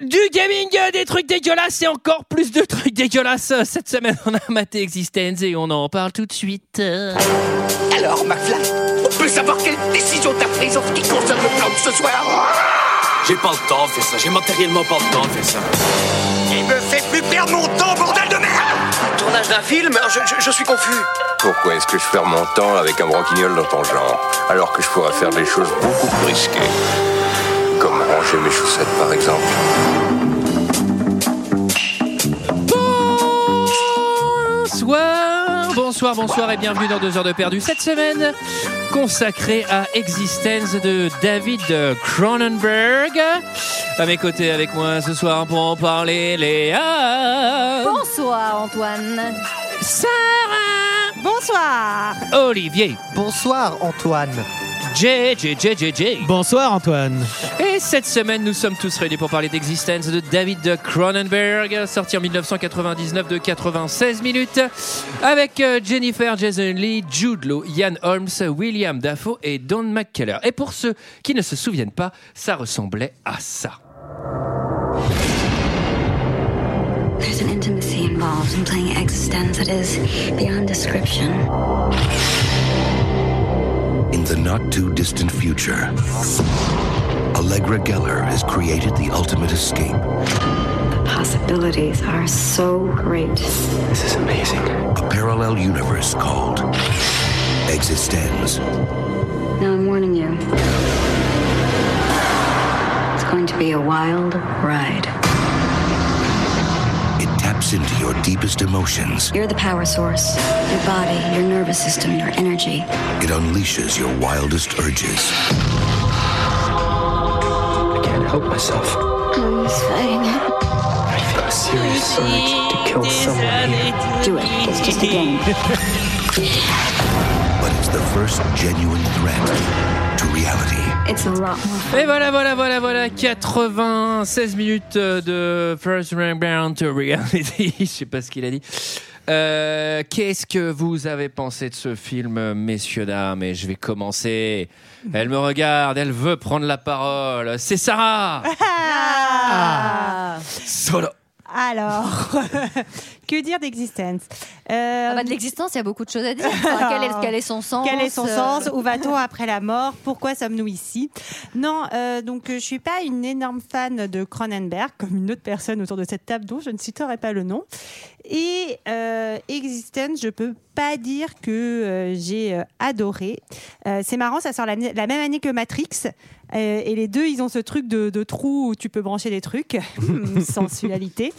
Du gaming, euh, des trucs dégueulasses et encore plus de trucs dégueulasses. Euh, Cette semaine, on a maté Existence et on en parle tout de suite. Euh, Alors, McFly, on peut savoir quelle décision t'as prise en ce qui concerne le plan de ce soir J'ai pas le temps de faire ça, j'ai matériellement pas le temps de faire ça. Il me fait plus perdre mon temps, bordel de merde Tournage d'un film je, je- je suis confus. Pourquoi est-ce que je perds mon temps avec un broquignol dans ton genre, alors que je pourrais faire des choses beaucoup plus risquées Comme ranger mes chaussettes, par exemple. Bonsoir, bonsoir, bonsoir et bienvenue dans 2 heures de perdu. Cette semaine, consacrée à Existence de David Cronenberg. À mes côtés, avec moi ce soir pour en parler, Léa, Bonsoir Antoine. Sarah, Bonsoir. Olivier, Bonsoir Antoine. J, J, J, J, J. Bonsoir Antoine. Et cette semaine, nous sommes tous réunis pour parler d'Existence de David de Cronenberg, sorti en 1999 de 96 minutes, avec euh, Jennifer Jason Lee, Jude Law, Ian Holmes, William Dafoe et Don McKellar. Et pour ceux qui ne se souviennent pas, ça ressemblait à ça. There's an intimacy involved in playing Existence that is beyond description. In the not too distant future, Allegra Geller has created the ultimate escape, The possibilities are so great. a parallel universe called Existenz. Now I'm warning you. It's going to be a wild ride. It taps into your deepest emotions. You're the power source. Your body, your nervous system, your energy. It unleashes your wildest urges. He's fighting it. Do it. It's just a game. But it's the first genuine threat to reality. It's a lot more fun. Et voilà, voilà, voilà, voilà, 96 minutes euh, de First Round to Reality. Je sais pas ce qu'il a dit. Euh, Qu'est-ce que vous avez pensé de ce film, messieurs, dames Et je vais commencer. Elle me regarde, elle veut prendre la parole. C'est Sarah Ah. Solo Alors, que dire d'existence Euh, Ah bah, de l'existence, il y a beaucoup de choses à dire. Enfin, quel, est, Ah. quel est son sens Quel est son euh, sens Où va-t-on après la mort Pourquoi sommes-nous ici Non, euh, donc euh, je suis pas une énorme fan de Cronenberg, comme une autre personne autour de cette table dont je ne citerai pas le nom. Et euh, Existence, je peux pas dire que euh, j'ai euh, adoré. Euh, c'est marrant, ça sort la, la même année que Matrix. euh, et les deux, ils ont ce truc de, de trou où tu peux brancher des trucs. Hum, Sensualité.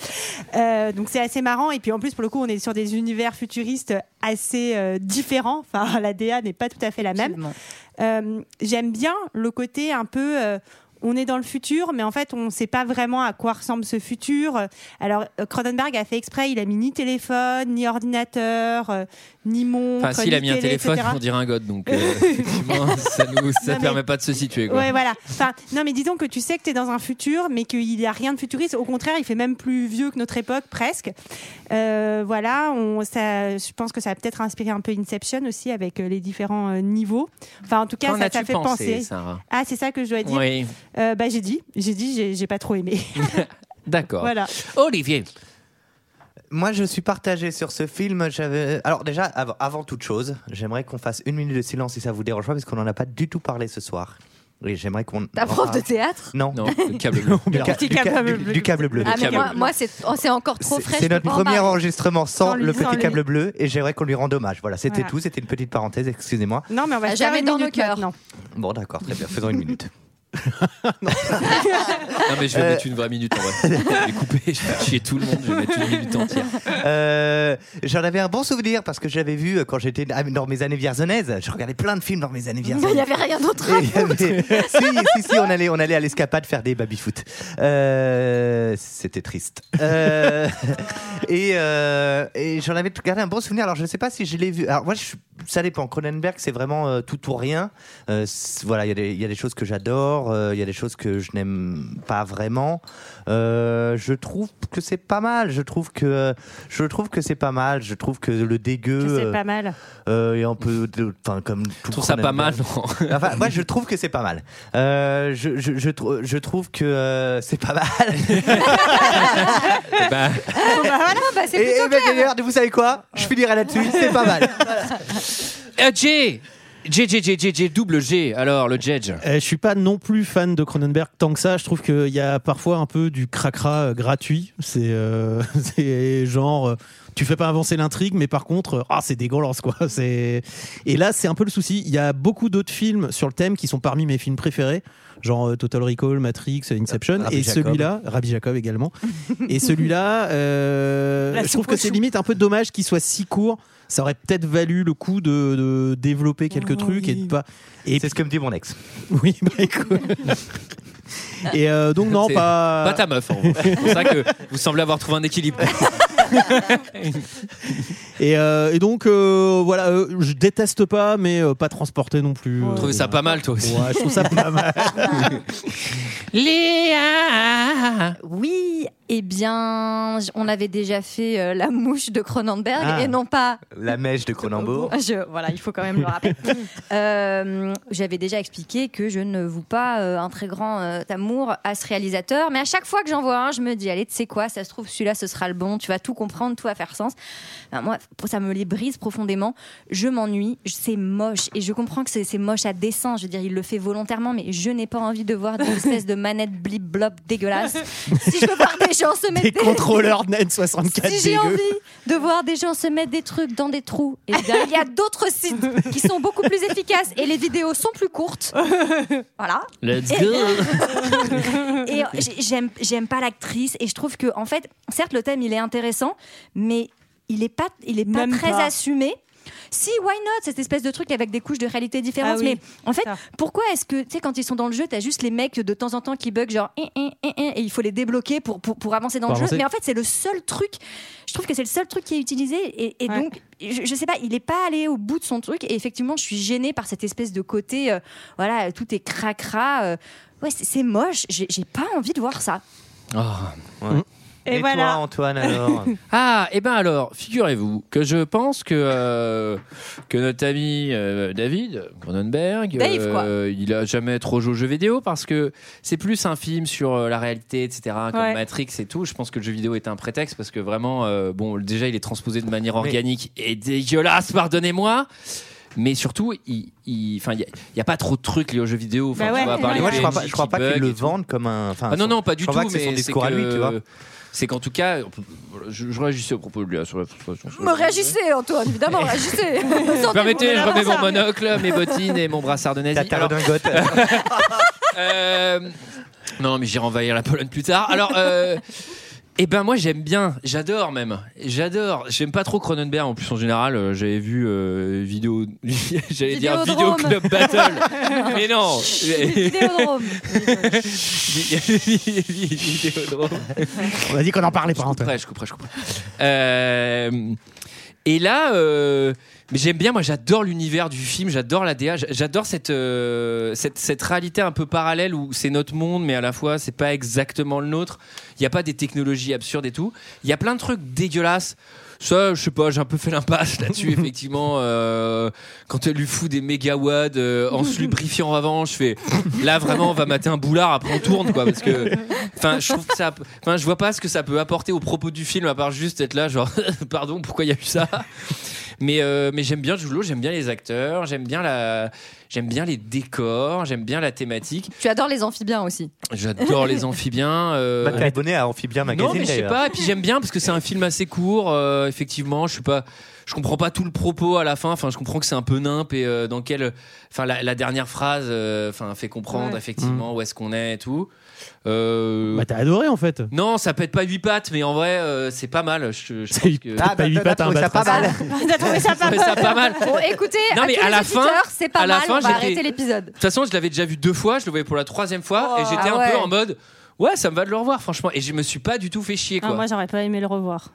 Euh, donc c'est assez marrant. Et puis en plus, pour le coup, on est sur des univers futuristes assez euh, différents. Enfin, la DA n'est pas tout à fait la même. Absolument. Euh, j'aime bien le côté un peu. euh, on est dans le futur, mais en fait, on ne sait pas vraiment à quoi ressemble ce futur. Euh, Alors, euh, Cronenberg a fait exprès, il a mis ni téléphone, ni ordinateur, euh, ni montre. Enfin, s'il ni a mis un télé, téléphone, etc. on dirait un god, donc euh, effectivement, ça nous ça Non, mais- permet pas de se situer. Quoi. Ouais, voilà. Enfin, non, mais disons que tu sais que tu es dans un futur, mais qu'il n'y a rien de futuriste. Au contraire, il fait même plus vieux que notre époque, presque. Euh, voilà, on, ça, je pense que ça a peut-être inspiré un peu Inception aussi, avec euh, les différents euh, niveaux. Enfin, en tout cas, Qu'en ça, ça as-tu fait pensé, penser. Sarah Ah, c'est ça que je dois dire. Oui, Euh, bah, j'ai dit, j'ai dit, j'ai, j'ai pas trop aimé. d'accord. voilà. Olivier, Moi je suis partagé sur ce film. J'avais alors déjà av- avant toute chose, j'aimerais qu'on fasse une minute de silence si ça vous dérange pas parce qu'on n'en a pas du tout parlé ce soir. Oui, j'aimerais qu'on. Ta prof de Enfin, théâtre Non. non, le câble bleu. Du, ca- Petit du ca- câble du- bleu. du câble bleu. Ah, mais câble moi, bleu. moi, c'est oh, c'est encore trop C'est- frais. C'est je peux notre pas en premier parler. enregistrement sans, Sans lui- le sans petit lui. câble bleu et j'aimerais qu'on lui rende hommage. Voilà, c'était Voilà. tout, c'était une petite parenthèse, excusez-moi. Non, mais on va Ah, se faire jamais une dans nos minute cœurs. maintenant. Bon, d'accord, très bien, faisons une minute. Non, mais je vais Euh, mettre une vraie minute en vrai. Je vais couper, je vais chier tout le monde, je vais mettre une minute entière. Euh, J'en avais un bon souvenir parce que j'avais vu euh, quand j'étais dans mes années vierzonaises, je regardais plein de films dans mes années Il n'y vierzonaises. avait rien d'autre. Et il y avait- si, si, si, on allait, on allait à l'escapade faire des baby-foot. Euh, C'était triste. Euh, et euh, et j'en avais gardé un bon souvenir. Alors, je ne sais pas si je l'ai vu. Alors, moi, je, suis- ça dépend. Cronenberg, c'est vraiment euh, tout ou rien. Euh, c'est- voilà, il y, a des- il y a des choses que j'adore, j'adore, euh, il y a des choses que je n'aime pas vraiment. Euh, je trouve que c'est pas mal. Je trouve que je trouve que c'est pas mal. Je trouve que le dégueu Que c'est euh, pas mal. euh, est un peu, de- enfin comme tout Je trouve ça pas mal, Cronenberg. non Enfin, moi, je trouve que c'est pas mal. Euh, je, je, je, trou- je trouve que euh, c'est pas mal. Bah, Voilà, bah c'est Et, plutôt et ben, d'ailleurs, vous savez quoi Je finirai là-dessus. C'est pas mal. euh, J J, J, J, J, J, double G, alors le Jedge. Euh, je suis pas non plus fan de Cronenberg tant que ça. Je trouve qu'il y a parfois un peu du cracra euh, gratuit. C'est euh, c'est genre, euh, tu fais pas avancer l'intrigue, mais par contre, euh, ah, c'est dégueulasse quoi. C'est et là, c'est un peu le souci. Il y a beaucoup d'autres films sur le thème qui sont parmi mes films préférés, genre euh, Total Recall, Matrix, Inception, Rabbi et Ah, Jacob. celui-là, Rabbi Jacob également. et celui-là, euh, La je trouve soupe aux que c'est choux. limite un peu dommage qu'il soit si court. Ça aurait peut-être valu le coup de, de développer quelques trucs et de pas. Et C'est ce que me dit mon ex. oui, bah écoute. Et euh, donc, non, C'est pas. Pas ta meuf, en gros. C'est pour ça que vous semblez avoir trouvé un équilibre. et, euh, et donc, euh, voilà, euh, je déteste pas, mais euh, pas transporté non plus. Vous trouvez ça pas mal, toi aussi Ouais, je trouve ça pas mal. Léa Oui, eh bien, j- on avait déjà fait euh, la mouche de Cronenberg Ah. et non pas. La mèche de Cronenbourg. Ah, Je- voilà, il faut quand même le rappeler. Euh, J'avais déjà expliqué que je ne voue pas euh, un très grand euh, amour à ce réalisateur, mais à chaque fois que j'en vois un, je me dis allez, tu sais quoi, ça se trouve celui-là, ce sera le bon. Tu vas tout comprendre, tout va faire sens. Ben, moi, ça me les brise profondément. Je m'ennuie, je- c'est moche. Et je comprends que c'est c'est moche à dessein. Je veux dire, il le fait volontairement, mais je n'ai pas envie de voir des espèces de manettes blip-blop dégueulasses. si je veux voir des gens se mettre Des contrôleurs de N64 si j'ai dégueu. envie de voir des gens se mettre des trucs dans des trous, eh bien, il y a d'autres sites qui sont beaucoup plus efficaces et les vidéos sont plus courtes. Voilà. Let's go Et euh, j'ai- j'aime, j'aime pas l'actrice et je trouve que, en fait, certes, le thème il est intéressant, mais il est pas, il est pas Même très pas. assumé. Si, why not Cette espèce de truc avec des couches de réalité différentes. Ah oui. Mais en fait, Ça. pourquoi est-ce que, tu sais, quand ils sont dans le jeu, t'as juste les mecs de temps en temps qui bug, genre, Hein, hein, hein, hein et il faut les débloquer pour, pour, pour avancer dans Pour le avancer. jeu. Mais en fait, c'est le seul truc, je trouve que c'est le seul truc qui est utilisé. Et, et Ouais. donc, je, je sais pas, il est pas allé au bout de son truc. Et effectivement, je suis gênée par cette espèce de côté, euh, voilà, tout est cracra. euh, ouais, c'est- c'est moche. J'ai j'ai pas envie de voir ça. Et, Et, toi, voilà. Antoine, alors Ah, et ben alors, figurez-vous que je pense que, euh, que notre ami euh, David Cronenberg, euh, Dave, quoi. il a jamais trop joué aux jeux vidéo parce que c'est plus un film sur euh, la réalité, etc., comme Ouais. Matrix et tout. Je pense que le jeu vidéo est un prétexte parce que vraiment, euh, bon, déjà, il est transposé de manière organique et dégueulasse, pardonnez-moi. Mais surtout, il n'y a, il y a pas trop de trucs liés aux jeux vidéo. Enfin, Bah tu ouais. vois, à part Mais les moi, je crois PNJ pas, je crois qui pas bug qu'ils le et tout. vendent comme un. enfin, Ah non, son- non, pas du je tout. crois pas que mais c'est son c'est discours à lui, que- tu vois. C'est qu'en tout cas, on peut- voilà, je, je réagissais au propos de lui là, sur la frustration. Me réagissez, Antoine, évidemment, réagissez. Permettez, je Voilà, remets mon ça. monocle, mes bottines et mon brassard de nazi. T'as ta Alors, redingote. euh, non, mais j'irai envahir la Pologne plus tard. Alors, euh, eh ben moi j'aime bien, j'adore même, j'adore. J'aime pas trop Cronenberg en plus en général. euh, J'avais vu euh, vidéo, j'allais dire vidéo Vidéodrome. club battle, mais non. Vidéodrome. Vidéodrome. On a dit qu'on en parlait pas, Je Antoine. couperai, je couperai, je couperai. Euh, et là, euh, mais j'aime bien, moi j'adore l'univers du film, j'adore la DA, j'a- j'adore cette, euh, cette, cette réalité un peu parallèle où c'est notre monde, mais à la fois c'est pas exactement le nôtre. Il n'y a pas des technologies absurdes et tout. Il y a plein de trucs dégueulasses. Ça, je sais pas, j'ai un peu fait l'impasse là-dessus, effectivement. euh, quand elle lui fout des mégawatts euh, en se lubrifiant avant, je fais là vraiment, on va mater un boulard, après on tourne quoi, parce que Enfin, je trouve que ça. Enfin, je vois pas ce que ça peut apporter au propos du film à part juste être là, genre, pardon, pourquoi il y a eu ça Mais euh, mais j'aime bien Julo, j'aime bien les acteurs, j'aime bien la, j'aime bien les décors, j'aime bien la thématique. Tu adores les amphibiens aussi. J'adore les amphibiens. euh, Bah, t'es abonné à Amphibien Magazine. non, mais je sais d'ailleurs. pas. Et puis j'aime bien parce que c'est un film assez court. euh, effectivement, je suis pas, je comprends pas tout le propos à la fin. Enfin, je comprends que c'est un peu nimp et euh, dans quel, enfin la, la dernière phrase, euh, enfin fait comprendre Ouais. effectivement où est-ce qu'on est et tout. Euh, Bah, t'as adoré en fait. non, ça pète pas 8 pattes, mais en vrai, euh, c'est pas mal. Je, je C'est pense huit que... pattes. Ah, bah, Pas huit t'as pattes, trouvé un ça pas battre. mal. T'as trouvé ça pas Je trouvais ça pas mal. Bon, écoutez, Non, à mais tous à les la fin- auditeurs, c'est pas à la mal, fin, on va j'étais- arrêter l'épisode. De toute façon, je l'avais déjà vu deux fois, je le voyais pour la troisième fois, et j'étais Ah un ouais. peu en mode. Ouais, ça me va de le revoir, franchement. Et je me suis pas du tout fait chier, Ah, quoi. moi, j'aurais pas aimé le revoir.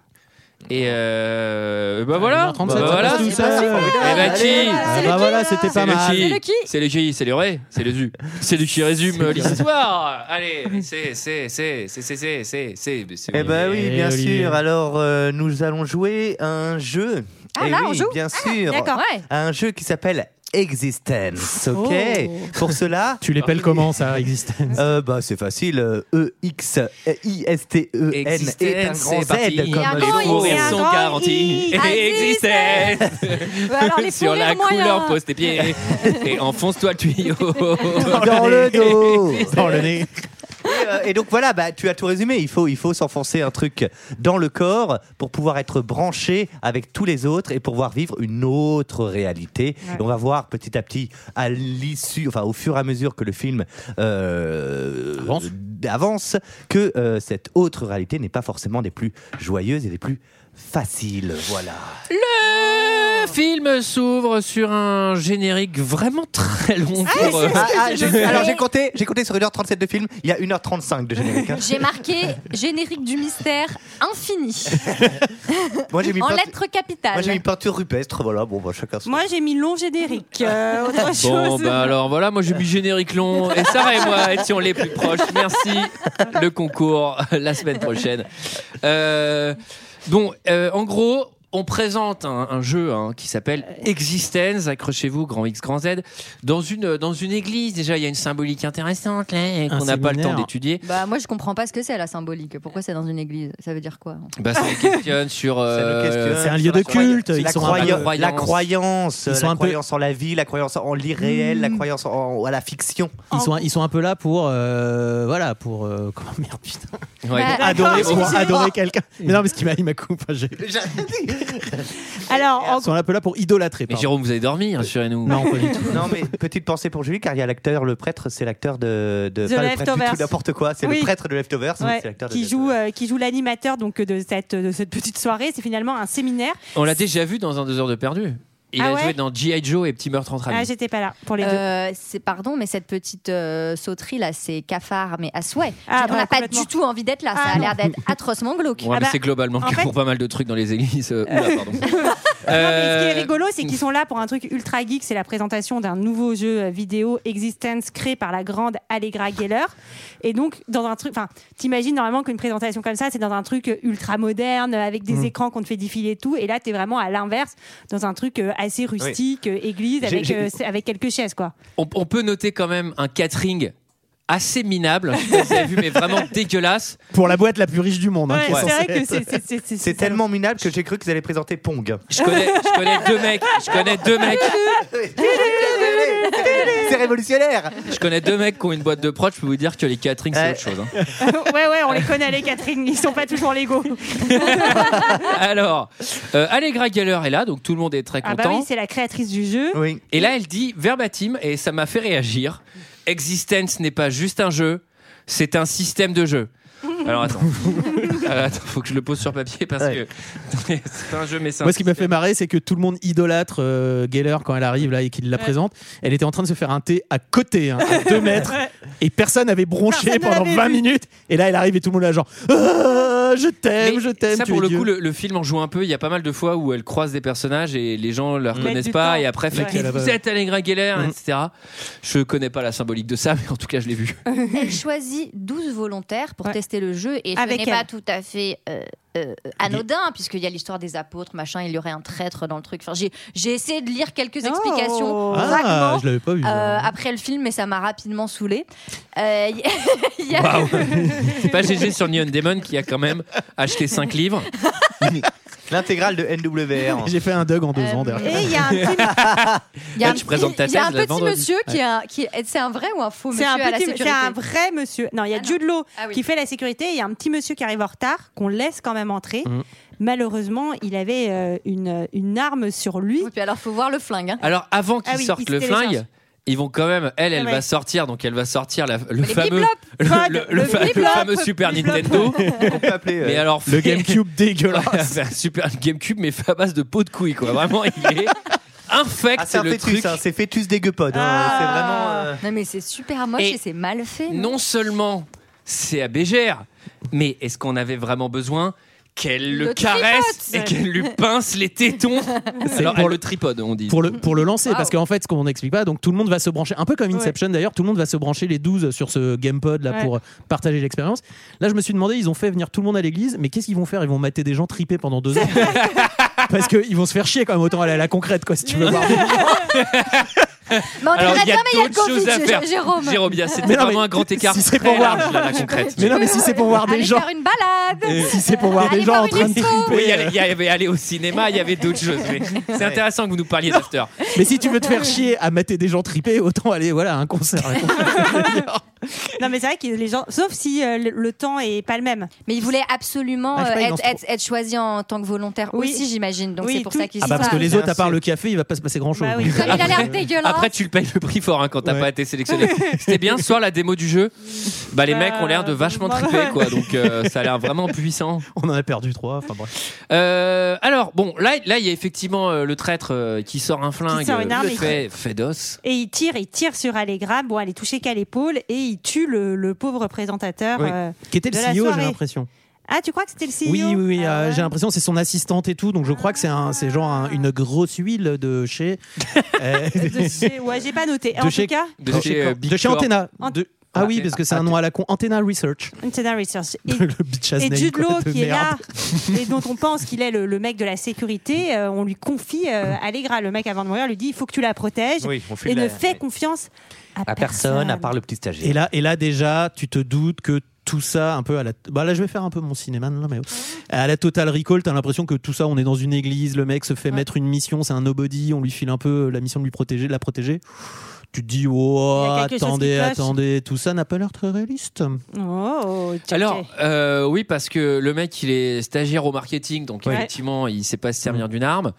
Et euh, bah voilà, bah 1h37, ça voilà. passe tout seul. Oh, Eh ben qui Allez, voilà, c'est le Ah bah qui, voilà, là c'était pas C'est le mal. qui. C'est le qui. C'est le qui, c'est le ré, c'est le zu. C'est lui qui résume l'histoire. Allez, c'est c'est c'est c'est c'est c'est c'est c'est. c'est- Eh ben oui, Eh, bien Olivier. sûr. Alors, euh, nous allons jouer à un jeu. Ah, Eh là, on oui, joue Bien Ah, sûr. d'accord. Ouais. À un jeu qui s'appelle Existence. Ok. Oh. Pour cela. Tu l'appelles comment ça, Existence Euh, bah, c'est facile. euh, E X euh, I S T E N Existence, et un grand c'est parti. Z Et un comme grand I, et un grand I. Bah Existence. Bah, alors, les Sur la fourrures moyens. couleur, pose tes pieds et enfonce-toi le tuyau. Dans le dos. Dans le nez. Et, euh, et donc voilà, bah, tu as tout résumé. Il faut, il faut s'enfoncer un truc dans le corps pour pouvoir être branché avec tous les autres et pour pouvoir vivre une autre réalité. Ouais. Et on va voir petit à petit, à l'issue, enfin au fur et à mesure que le film euh, Avance. avance, que euh, cette autre réalité n'est pas forcément des plus joyeuses et des plus faciles. Voilà. Le film s'ouvre sur un générique vraiment très long. pour, euh, Ah, ah, je j'ai- voulais. alors j'ai compté, j'ai compté sur 1h37 de film. Il y a 1h35 de générique. hein. J'ai marqué générique du mystère infini Moi j'ai mis en peinture- lettres Moi capitales. j'ai mis peinture rupestre. Voilà, bon, bah, chacun. son- Moi, j'ai mis long générique. euh, autre Bon, chose. bah alors voilà, moi j'ai mis générique long. Et Sarah et moi étions les plus proches. Merci. Le concours la semaine prochaine. Euh, bon, euh, en gros, on présente un, un jeu hein, qui s'appelle Existence. Accrochez-vous, grand X, grand Z. Dans une, euh, dans une église, déjà, il y a une symbolique intéressante là, et Un qu'on n'a pas le temps séminaire. d'étudier. Bah moi je comprends pas ce que c'est la symbolique. Pourquoi c'est dans une église Ça veut dire quoi Bah, ça nous questionne sur. euh, C'est un lieu de culte. La, Ils sont un croya- peu- croyance. la croyance, Ils sont la un peu- croyance en la vie, la croyance en l'irréel, Mmh. la croyance en, à la fiction. Ils sont, ils sont un peu là pour. euh, voilà, pour. euh, comment merde, putain. ouais, Bah, Adorer, pour excusez-moi. adorer quelqu'un. Mais non, mais ce qui m'a il m'a coupé. j'ai- Alors, en Ils sont un peu là pour idolâtrer. Mais pardon. Jérôme, vous allez dormir, rassurez-nous. Bah, Non, pas du tout. non mais petite pensée pour Julie, car il y a l'acteur, le prêtre, c'est l'acteur de, de The pas le prêtre du tout Leftovers. n'importe quoi, c'est Oui. le prêtre de Leftovers, mais Ouais, c'est l'acteur de qui, The joue, Leftovers. euh, qui joue l'animateur donc euh, de cette, de cette petite soirée. C'est finalement un séminaire. On l'a déjà vu dans un deux heures de perdu. Il Ah a ouais joué dans G.I. Joe et Petit meurtre entre amis. Ah, j'étais pas là pour les deux. Euh, c'est pardon, mais cette petite euh, sauterie là, c'est cafard, mais à souhait. Ah, Je veux dire, on bah, n'a pas complètement. du tout envie d'être là. ça Ah, a l'air d'être atrocement glauque. Ouais, Ah mais bah, c'est globalement le en cas fait- pour pas mal de trucs dans les églises. euh, oula, pardon. Non, mais ce qui Euh, est rigolo, c'est qu'ils sont là pour un truc ultra geek. C'est la présentation d'un nouveau jeu vidéo Existence créé par la grande Allegra Geller. Et donc, dans un truc. Enfin, t'imagines normalement qu'une présentation comme ça, c'est dans un truc ultra moderne, avec Mm. des écrans qu'on te fait défiler et tout. Et là, t'es vraiment à l'inverse, dans un truc euh, assez rustique, euh, église, avec, j'ai- euh, c'est- avec quelques chaises, quoi. on, on peut noter quand même un catering assez minable. Je sais pas si vous avez vu, mais vraiment dégueulasse. Pour la boîte la plus riche du monde. hein, Ouais, qui est c'est censée vrai que être- c'est- c'est- c'est- c'est- C'est tellement minable que j'ai cru qu'ils allaient présenter Pong. Je connais, je connais deux mecs. Je connais deux mecs. c'est révolutionnaire. Je connais deux mecs qui ont une boîte de prod. Je peux vous dire que les caterings c'est autre chose. hein. ouais, ouais, on les connaît, les Catherine, ils sont pas toujours légaux. Alors, euh, Allegra Geller est là, donc tout le monde est très Ah bah content. oui, c'est la créatrice du jeu. Oui. Et là, elle dit verbatim, et ça m'a fait réagir Existence n'est pas juste un jeu, c'est un système de jeu. Alors attends. Euh, attends, faut que je le pose sur papier parce Ouais. que c'est un jeu, mais c'est un Moi, ce qui m'a fait marrer, c'est que tout le monde idolâtre euh, Geller quand elle arrive là et qu'il la présente. Elle était en train de se faire un thé à côté, hein, à deux mètres, et personne n'avait bronché Personne ne pendant l'avait 20 vu. minutes. Et là, elle arrive et tout le monde est là, genre, Ah, je t'aime, Mais je t'aime. Ça, tu pour es le Dieu. coup, le, le film en joue un peu. Il y a pas mal de fois où elle croise des personnages et les gens ne la reconnaissent du pas. temps. Et après, fait Ouais. qui vous êtes Allegra Geller, Mhm. etc. Je connais pas la symbolique de ça, mais en tout cas, je l'ai vu. Elle choisit 12 volontaires pour Ouais. tester le jeu et Avec ce n'est pas elle. tout à fait euh, euh, anodin puisqu'il y a l'histoire des apôtres, machin, il y aurait un traître dans le truc. Enfin, j'ai, j'ai essayé de lire quelques explications Oh. Ah, vaguement. je l'avais pas vu. euh, après le film, mais ça m'a rapidement saoulé. Euh, y- il y a- Waouh. C'est pas GG sur Neon Demon qui a quand même acheté 5 livres. L'intégrale de NWR. J'ai fait un Doug en deux Euh, ans derrière. Et il y a un petit il y a Là, un tu petit- présentes ta il y a thèse, un la petit vendredi. monsieur qui, est un- qui est- c'est un vrai ou un faux C'est monsieur un, à la petit- sécurité c'est un vrai monsieur. Non, il y a Ah non. Jude Law Ah oui. qui fait la sécurité. Il y a un petit monsieur qui arrive en retard, qu'on laisse quand même entrer. Mhm. Malheureusement, il avait euh, une, une arme sur lui. Oui, puis alors faut voir le flingue. hein. Alors, avant Ah qu'ils oui, sortent ils le se téléchargent. flingue, ils vont quand même. Elle, elle Ouais. va sortir, donc elle va sortir la- le Les fameux, biblop, le, Fred, le- le le fa- le biblop, fameux Super biblop. Nintendo. On peut appeler. euh, Mais alors, Le GameCube dégueulasse. Ouais, un super GameCube, mais fait à base de peau de couille, quoi. Vraiment, il est infect, ah, c'est un le fœtus, truc. hein, c'est fœtus dégueupod. hein, Ah. C'est vraiment. euh, Non mais c'est super moche Et et, c'est mal fait. Non seulement c'est à BGR, mais est-ce qu'on avait vraiment besoin qu'elle le, Le caresse tripote. et qu'elle lui pince les tétons. C'est Alors, pour elle le- le tripode, on dit. pour le, pour le lancer. Wow. Parce qu'en fait, ce qu'on n'explique pas, donc tout le monde va se brancher, un peu comme Inception d'ailleurs, tout le monde va se brancher les 12 sur ce GamePod là Ouais. pour partager l'expérience. Là, je me suis demandé, ils ont fait venir tout le monde à l'église, mais qu'est-ce qu'ils vont faire Ils vont mater des gens tripés pendant deux heures. parce qu'ils vont se faire chier quand même, autant aller à la concrète quoi, si tu veux voir. Mais on Alors, dirait il y a bien, mais il y a le d'autres choses à Covid, faire. Jé- Jérôme. Jérôme, il y a- Mais c'était non, mais vraiment un grand écart. si c'est très pour voir- large, là, la concrète. Mais non, mais si c'est pour voir des Allez gens. faire une balade. Si c'est pour voir des Ah, Allez gens faire en une train de expo. triper. Oui, il y euh. allait- il y avait aller au cinéma, il y avait d'autres choses. mais C'est intéressant que vous nous parliez d'after. Mais si tu veux te faire chier à mater des gens tripés, autant aller voilà, à un concert. Non, mais c'est vrai que les gens. Sauf si euh, le, le temps est pas le même. Mais ils voulaient absolument Ah, je sais euh, pas, ils être, dansent trop. être- être choisis en tant que volontaire aussi, j'imagine. Donc Oui, c'est pour tout- ça qu'ils Ah y bah parce sont. que les autres, à part le café, il va pas se passer grand chose. Bah oui. Comme il a l'air dégueulasse. Après, tu le payes le prix fort hein, quand t'as pas été sélectionné. C'était bien, soit la démo du jeu, bah les mecs ont l'air de vachement triper, quoi. Donc euh, ça a l'air vraiment puissant. On en a perdu trois. Enfin bref. Euh, alors, bon, là, là, il y a effectivement euh, le traître euh, qui sort un flingue, sort une euh, arme et fait, fait d'os. Et il tire, il tire sur Allegra. Bon, elle est touchée qu'à l'épaule et il tue le, le pauvre présentateur. euh, Qui était de le la CEO, j'ai soirée. l'impression. Ah, tu crois que c'était le CEO Oui, oui, oui, Ah euh, j'ai l'impression que c'est son assistante et tout, donc je crois que c'est un, c'est genre un- une grosse huile de chez, euh, De chez- Ouais, j'ai pas noté. en de chez, tout cas, de chez, euh, de Big chez Corp. Antenna. Ant- De- ah oui, parce que c'est un nom à la con, Antenna Research. Antenna Research. Et, Le bitch ass et name, Jude quoi, Law, de qui est merde. là, et dont on pense qu'il est le, le mec de la sécurité, euh, on lui confie euh, Allegra. Le mec, avant de mourir, lui dit il faut que tu la protèges Oui, on fait et de ne la- fais confiance à, À personne, à part le petit stagiaire. Ah, Et là, et là déjà, tu te doutes que tout ça, un peu à la. Bah là, je vais faire un peu mon cinéman, là, mais. oh. À la Total Recall, t'as l'impression que tout ça, on est dans une église, le mec se fait mettre une mission, c'est un nobody, on lui file un peu la mission de lui protéger, de la protéger. Tu te dis, oh, Il y a quelque chose attendez, qui cloche. attendez, tout ça n'a pas l'air très réaliste. Oh, check, Alors, check. euh, oui, parce que le mec, il est stagiaire au marketing, donc Ouais. effectivement, il sait pas se servir d'une arme.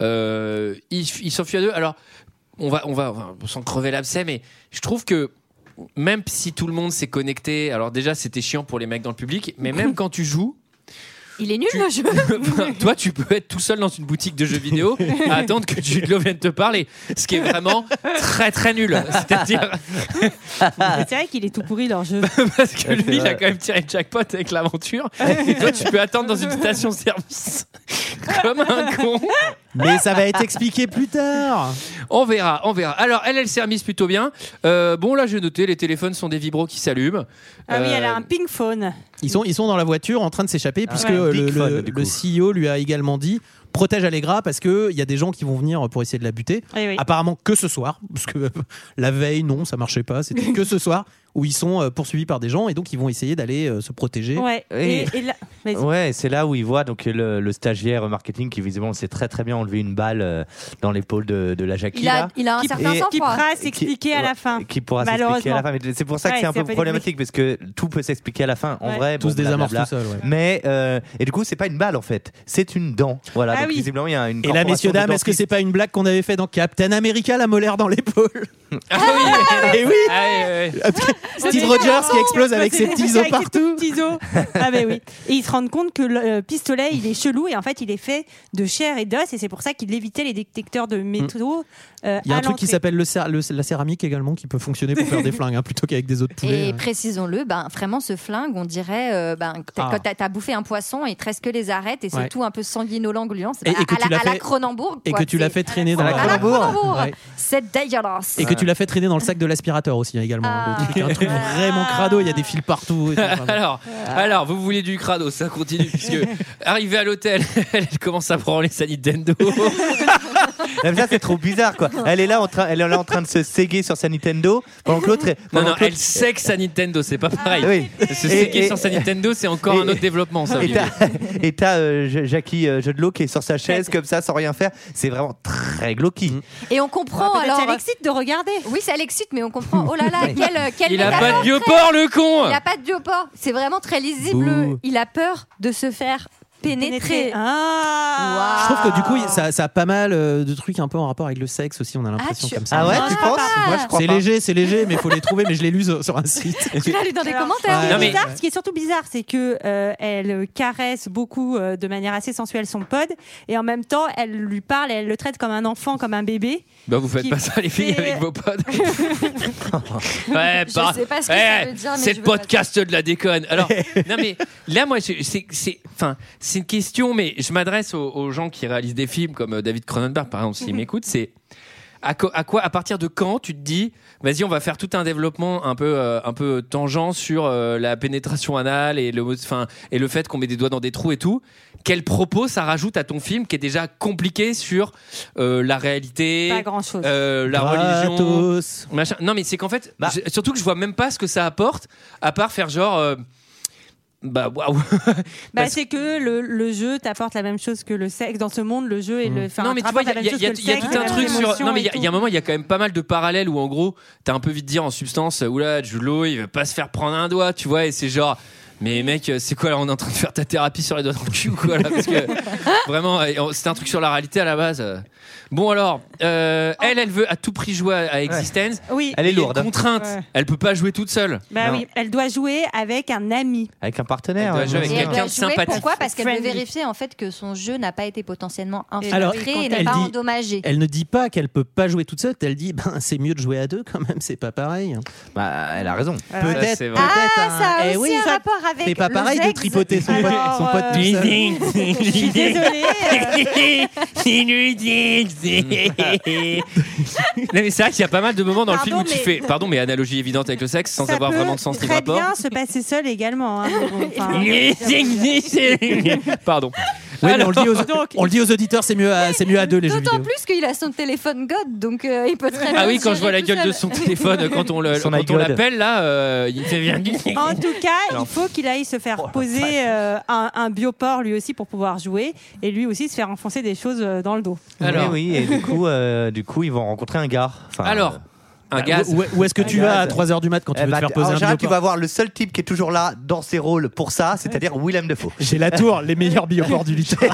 Euh, il il s'enfuit à deux. Alors, on va, on va, enfin, sans crever l'abcès, mais je trouve que même si tout le monde s'est connecté, alors déjà, c'était chiant pour les mecs dans le public, mais même quand tu joues, Il est nul tu- le jeu. Enfin, toi, tu peux être tout seul dans une boutique de jeux vidéo à attendre que Jude Law vienne te parler, ce qui est vraiment très très nul. C'est-à-dire Mais C'est vrai qu'il est tout pourri leur jeu. parce que lui, il a quand même tiré le jackpot avec l'aventure. Et toi, tu peux attendre dans une station-service comme un con. Mais ça va être expliqué plus tard. On verra, on verra. Alors, elle, elle s'est remise plutôt bien. Euh, bon, là, j'ai noté, les téléphones sont des vibros qui s'allument. Ah oui, Euh, elle a un ping phone. Ils sont, ils sont dans la voiture en train de s'échapper puisque ouais. euh, le, Big fun, le- du le CEO lui a également dit protège Allegra parce qu'il y a des gens qui vont venir pour essayer de la buter. Eh oui. Apparemment que ce soir, parce que euh, la veille, non, ça marchait pas. C'était que ce soir où ils sont euh, poursuivis par des gens et donc ils vont essayer d'aller euh, se protéger. Ouais. Et, et là- mais- Ouais, c'est là où il voit donc le, le stagiaire marketing qui visiblement s'est très très bien enlevé une balle euh, dans l'épaule de, de la Jackie. Il a, là. il a un Qui- certain et- qui sang-froid. pourra s'expliquer à la fin. qui pourra s'expliquer à Malheureusement. la fin. Mais c'est pour ça que Ouais, c'est un c'est un peu peu problématique parce que tout peut s'expliquer à la fin. En Ouais. vrai, Tout bon, se désamorce blablabla. tout seul, ouais. Mais euh, et du coup, c'est pas une balle en fait, c'est une dent. Voilà. Ah donc oui. visiblement, il y a une. Et là, messieurs, dames, est-ce que c'est pas une blague qu'on avait fait dans Captain America, la molaire dans l'épaule Ah oui, Et oui ah oui, oui. Steve Rogers qui explose avec ses petits os Avec ses partout. tout petits os. Ah ben oui. Et ils se rendent compte que le euh, pistolet, il est chelou et en fait, il est fait de chair et d'os et c'est pour ça qu'il évitait les détecteurs de métaux. euh, Mm. Il y a à un truc qui l'entrée. s'appelle le cer- le- la céramique également qui peut fonctionner pour faire des flingues hein, plutôt qu'avec des os de poulet. Et hein. précisons-le, ben, vraiment ce flingue, on dirait euh, ben, que t'as- Ah. quand t'as- t'as bouffé un poisson, il te reste que les arêtes et c'est Ouais. tout un peu sanguinolent, gluant. C'est Et- pas- et que à, tu la- l'as à la fait- Cronenbourg. Et quoi. que tu l'as C'est- fait traîner dans la À la Cronenbourg. Ouais. C'est dégueulasse. Et que tu l'as fait traîner dans le sac de l'aspirateur aussi hein, également. hein, Ah. le truc, un truc vraiment crado, il y a des fils partout. et tout, enfin, bon. Alors, alors, vous voulez du crado, ça continue, puisque arrivée à l'hôtel, elle commence à prendre les Sanitendo. Même ça, c'est trop bizarre quoi. Elle est là en train, elle est là en train de se séguer sur sa Nintendo pendant que l'autre. est- Non, pendant non, que elle l'autre- sait que sa Nintendo, c'est Ah. pas pareil. Oui. Se Et- séquer et- sur sa Nintendo, c'est encore et- un autre développement, ça. Et Olivier. t'as- et t'as euh, Ja- Jackie euh, Jodelot qui est sur sa chaise comme ça sans rien faire. C'est vraiment très glauque. Mm. Et on comprend Ah, Peut-être Oh, alors. euh, ça l'excite de regarder. Oui, ça l'excite, mais on comprend. Oh là là, quel, quel Il a métaphore. pas de vieux port, le con Il a pas de diopore. C'est vraiment très lisible. Bouh. Il a peur de se faire pénétrer. Ah Je trouve que du coup, il- ça, ça a pas mal euh, de trucs un peu en rapport avec le sexe aussi, on a l'impression tu- comme ça. Ah ouais, tu Ah. penses Moi, je crois C'est pas. léger, c'est léger, mais il faut les trouver. Mais je les lu sur sur un site. Tu l'as lu dans les Alors, commentaires. ce qui est Non, mais- bizarre, ce qui est surtout bizarre, c'est que euh, elle caresse beaucoup euh, de manière assez sensuelle son pod, et en même temps, elle lui parle, et elle le traite comme un enfant, comme un bébé. Bah, vous faites Qui pas ça, les filles, fait- avec vos potes. ouais, Je par- sais pas ce que Eh, ça veut dire, mais c'est je le veux pas podcast de la déconne. Alors, non, mais là, moi, je- c'est. c'est- Enfin, c'est une question, mais je m'adresse aux, aux gens qui réalisent des films comme euh, David Cronenberg, par exemple, Mhm. s'il m'écoute, c'est à, co- à quoi, à partir de quand tu te dis, vas-y, on va faire tout un développement un peu, euh, un peu tangent sur euh, la pénétration anale et le, enfin, et le fait qu'on met des doigts dans des trous et tout. Quel propos ça rajoute à ton film qui est déjà compliqué sur euh, la réalité, Pas grand-chose. euh, la religion, Gratos. machin. Non, mais c'est qu'en fait, Bah. j'ai- surtout que je vois même pas ce que ça apporte, à part faire genre. euh, bah waouh Bah, Parce- c'est que le, le jeu t'apporte la même chose que le sexe. Dans ce monde, le jeu est le. enfin, Mhm. Non mais tu vois, il t'apporte y, la a- même y a- chose y a- que le y a sexe, tout un la truc même sur. émotion Non mais il et y a- il y, tout. a un moment, il y a quand même pas mal de parallèles où en gros, t'as un peu vite dire en substance, oula, Julo, il va pas se faire prendre un doigt, tu vois, et c'est genre. Mais mec, c'est quoi là On est en train de faire ta thérapie sur les doigts dans le cul ou quoi là Parce que vraiment, et on- c'était un truc sur la réalité à la base. Bon alors, euh, Oh. elle, elle veut à tout prix jouer à à Existence. Oui. Elle est Il y a une lourde. Contrainte. Ouais. Elle peut pas jouer toute seule. Bah Non. oui, elle doit jouer avec un ami. Avec un Ah partenaire. hein, Elle doit jouer avec Et elle quelqu'un doit de jouer, sympathique. Pourquoi Parce qu'elle veut Friendly. vérifier en fait que son jeu n'a pas été potentiellement Alors, infiltré et elle n'est pas dit- endommagé. Elle ne dit pas qu'elle peut pas jouer toute seule. Elle dit, ben, c'est mieux de jouer à deux quand même. C'est pas pareil. Bah, elle a raison. Ça, Peut-être. c'est vrai. peut-être Ah, un- ça a Eh aussi oui, un ça- rapport avec. C'est pas le pareil de sexe. tripoter son pote, Alors, son pote euh, tout seul. Je suis désolée. euh, Non, mais c'est vrai qu'il y a pas mal de moments dans le film Pardon, où tu mais- fais, pardon, mais analogie évidente avec le sexe sans ça avoir peut vraiment de sens ni de Très rapport. bien se passer seul également. hein, mais bon, enfin, Pardon. Ouais, mais on, le dit Alors- aux, on le dit aux auditeurs, c'est mieux, à- c'est mieux à deux les jeux D'autant vidéo. plus qu'il a son téléphone God, donc euh, il peut très bien Ah oui, quand gérer je vois la tout gueule de seul. son téléphone quand on le- Son quand on iGod. l'appelle là, euh, il me fait bien. En tout cas, il faut qu'il aille se faire poser euh, un, un bioport lui aussi pour pouvoir jouer et lui aussi se faire enfoncer des choses euh, dans le dos. Alors, Oui, oui, et du coup, euh, du coup, ils vont rencontrer un gars. Enfin, euh, alors, un gaz. Où, où est-ce que tu Un vas à gaz. 3h du mat quand tu Eh veux te bah, faire poser en un général, tu bioport vas voir le seul type qui est toujours là dans ses rôles pour ça, c'est-à-dire Willem Defoe. J'ai la tour, les meilleurs bioports du littoral.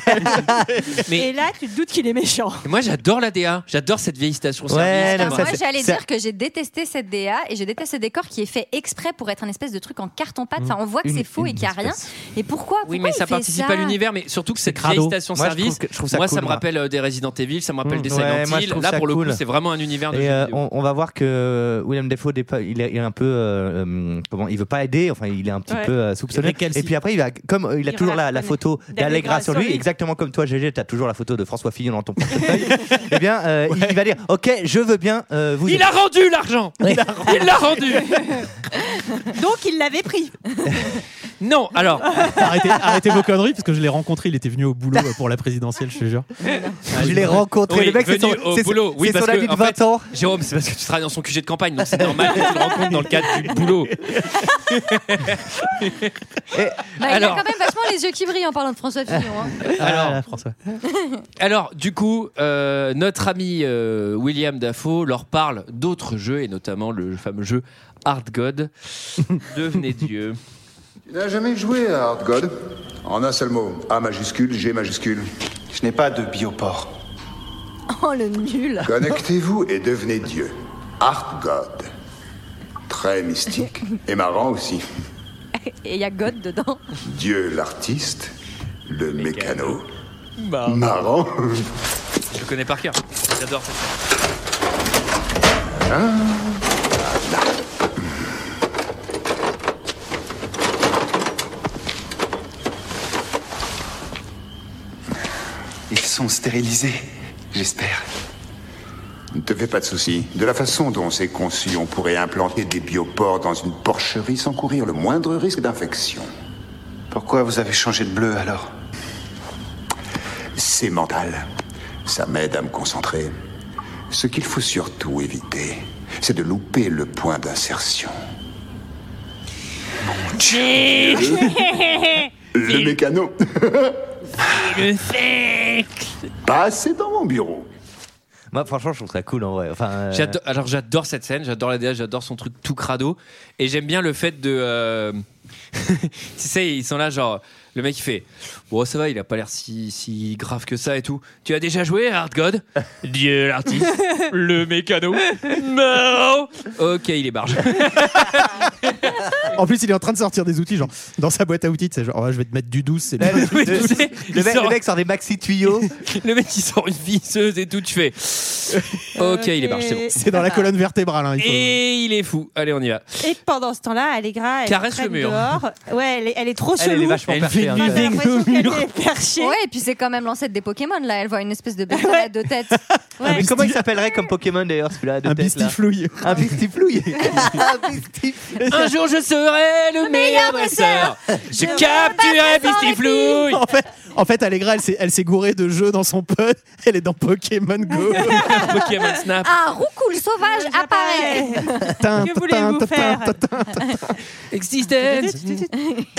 Mais- Et là, tu te doutes qu'il est méchant. Et Moi, j'adore la DA. J'adore cette vieille station. Ouais, Alors, service. non, ça, moi, c'est- j'allais ça- dire que j'ai détesté cette DA et je déteste ce décor qui est fait exprès pour être un espèce de truc en carton-pâte. Mmh. Enfin, on voit que Une- c'est faux et une qu'il n'y a rien. espèce. Et pourquoi Oui, Ah, mais Pourquoi il ça fait participe ça à l'univers. Mais surtout que cette crado. vieille station Moi, je service, trouve que- je trouve ça moi, cool, ça me moi. rappelle euh, des Resident Evil, ça me rappelle Mm. des Ouais, Silent moi, je Hill. trouve Là, ça pour le coup, cool. c'est vraiment un univers de Et jeux euh, vidéo. on, on va voir que euh, Willem Defoe, au départ, il est, il est un peu. euh, euh, comment Il veut pas aider, enfin, il est un petit Ouais. peu euh, soupçonné. Récalci- Et puis après, il va, comme euh, il a Il toujours la, la raconte photo d'Allegra sur lui, exactement comme toi, GG, tu as toujours la photo de François Fillon dans ton portefeuille, eh bien, euh, il va dire Ok, je veux bien euh, vous. Il aider. a rendu l'argent. Il l'a rendu. Donc, il l'avait pris. Non, alors. arrêtez, arrêtez vos conneries parce que je l'ai rencontré, il était venu au boulot euh, pour la présidentielle, je te jure. Je l'ai rencontré. Oui, le mec, c'est son, venu au c'est son- boulot. Oui, c'est parce son que, ami de en 20 fait- ans. Jérôme, c'est parce que tu travailles dans son QG de campagne, donc c'est normal que tu le rencontres dans le cadre du boulot. Bah, Il a Alors- quand même vachement les yeux qui brillent en parlant de François Fillon. hein. Alors, Alors, François. alors du coup, euh, notre ami euh, William Dafoe leur parle d'autres jeux, et notamment le fameux jeu Hard God. Devenez Dieu. Tu n'as jamais joué à Hard God En un seul mot. A majuscule, G majuscule. Je n'ai pas de bioport. Oh le nul Connectez-vous et devenez Dieu. Hard God. Très mystique. Et marrant aussi. Et il y a God dedans. Dieu l'artiste, le mécano. Marrant. Je le connais par cœur. J'adore cette scène. Ils sont stérilisés, j'espère. Ne te fais pas de soucis. De la façon dont c'est conçu, on pourrait implanter des biopores dans une porcherie sans courir le moindre risque d'infection. Pourquoi vous avez changé de bleu alors C'est mental. Ça m'aide à me concentrer. Ce qu'il faut surtout éviter, c'est de louper le point d'insertion. Mon Dieu Le mécano Pas assez dans mon bureau. Moi, franchement, je trouve ça cool en vrai. Enfin, euh, J'adore- alors j'adore cette scène, j'adore la DA, j'adore son truc tout crado, et j'aime bien le fait de, euh, tu sais, ils sont là genre, le mec il fait, bon ça va, il a pas l'air si, si grave que ça et tout. Tu as déjà joué à Hard God Dieu l'artiste, le mécano, non. Ok, il est barge. En plus, il est en train de sortir des outils, genre dans sa boîte à outils, c'est genre, Ah, je vais te mettre du douce, c'est là, le, Oui, le- tu sais, le il mec, sort- le mec sort des maxi tuyaux. le mec il sort une visseuse et tout, tu fais, ok, il est barge, c'est bon. c'est dans la colonne vertébrale. hein, il faut- Et il est fou. Allez, on y va. Et pendant ce temps-là, Allegra, elle Caresse traîne le mur. dehors. Ouais, elle est, elle est trop Elle, elle est chelou. vachement Elle perchée. fait perché, hein, quand même. Ouais, et puis c'est quand même l'ancêtre des Pokémon là. Elle voit une espèce de bestiole à deux têtes. Ah, mais comment il s'appellerait comme Pokémon d'ailleurs celui-là Un bistiflouille. Un bistiflouille. Un jour je serai le meilleur dresseur. Je capturerai Bistiflouille. En fait, en fait, Allegra, elle s'est, elle s'est gourée de jeux dans son pote. Elle est dans Pokémon Go. Pokémon Snap. Un roucoule sauvage apparaît. Tin, Que voulez-vous tin, tin, faire Existence.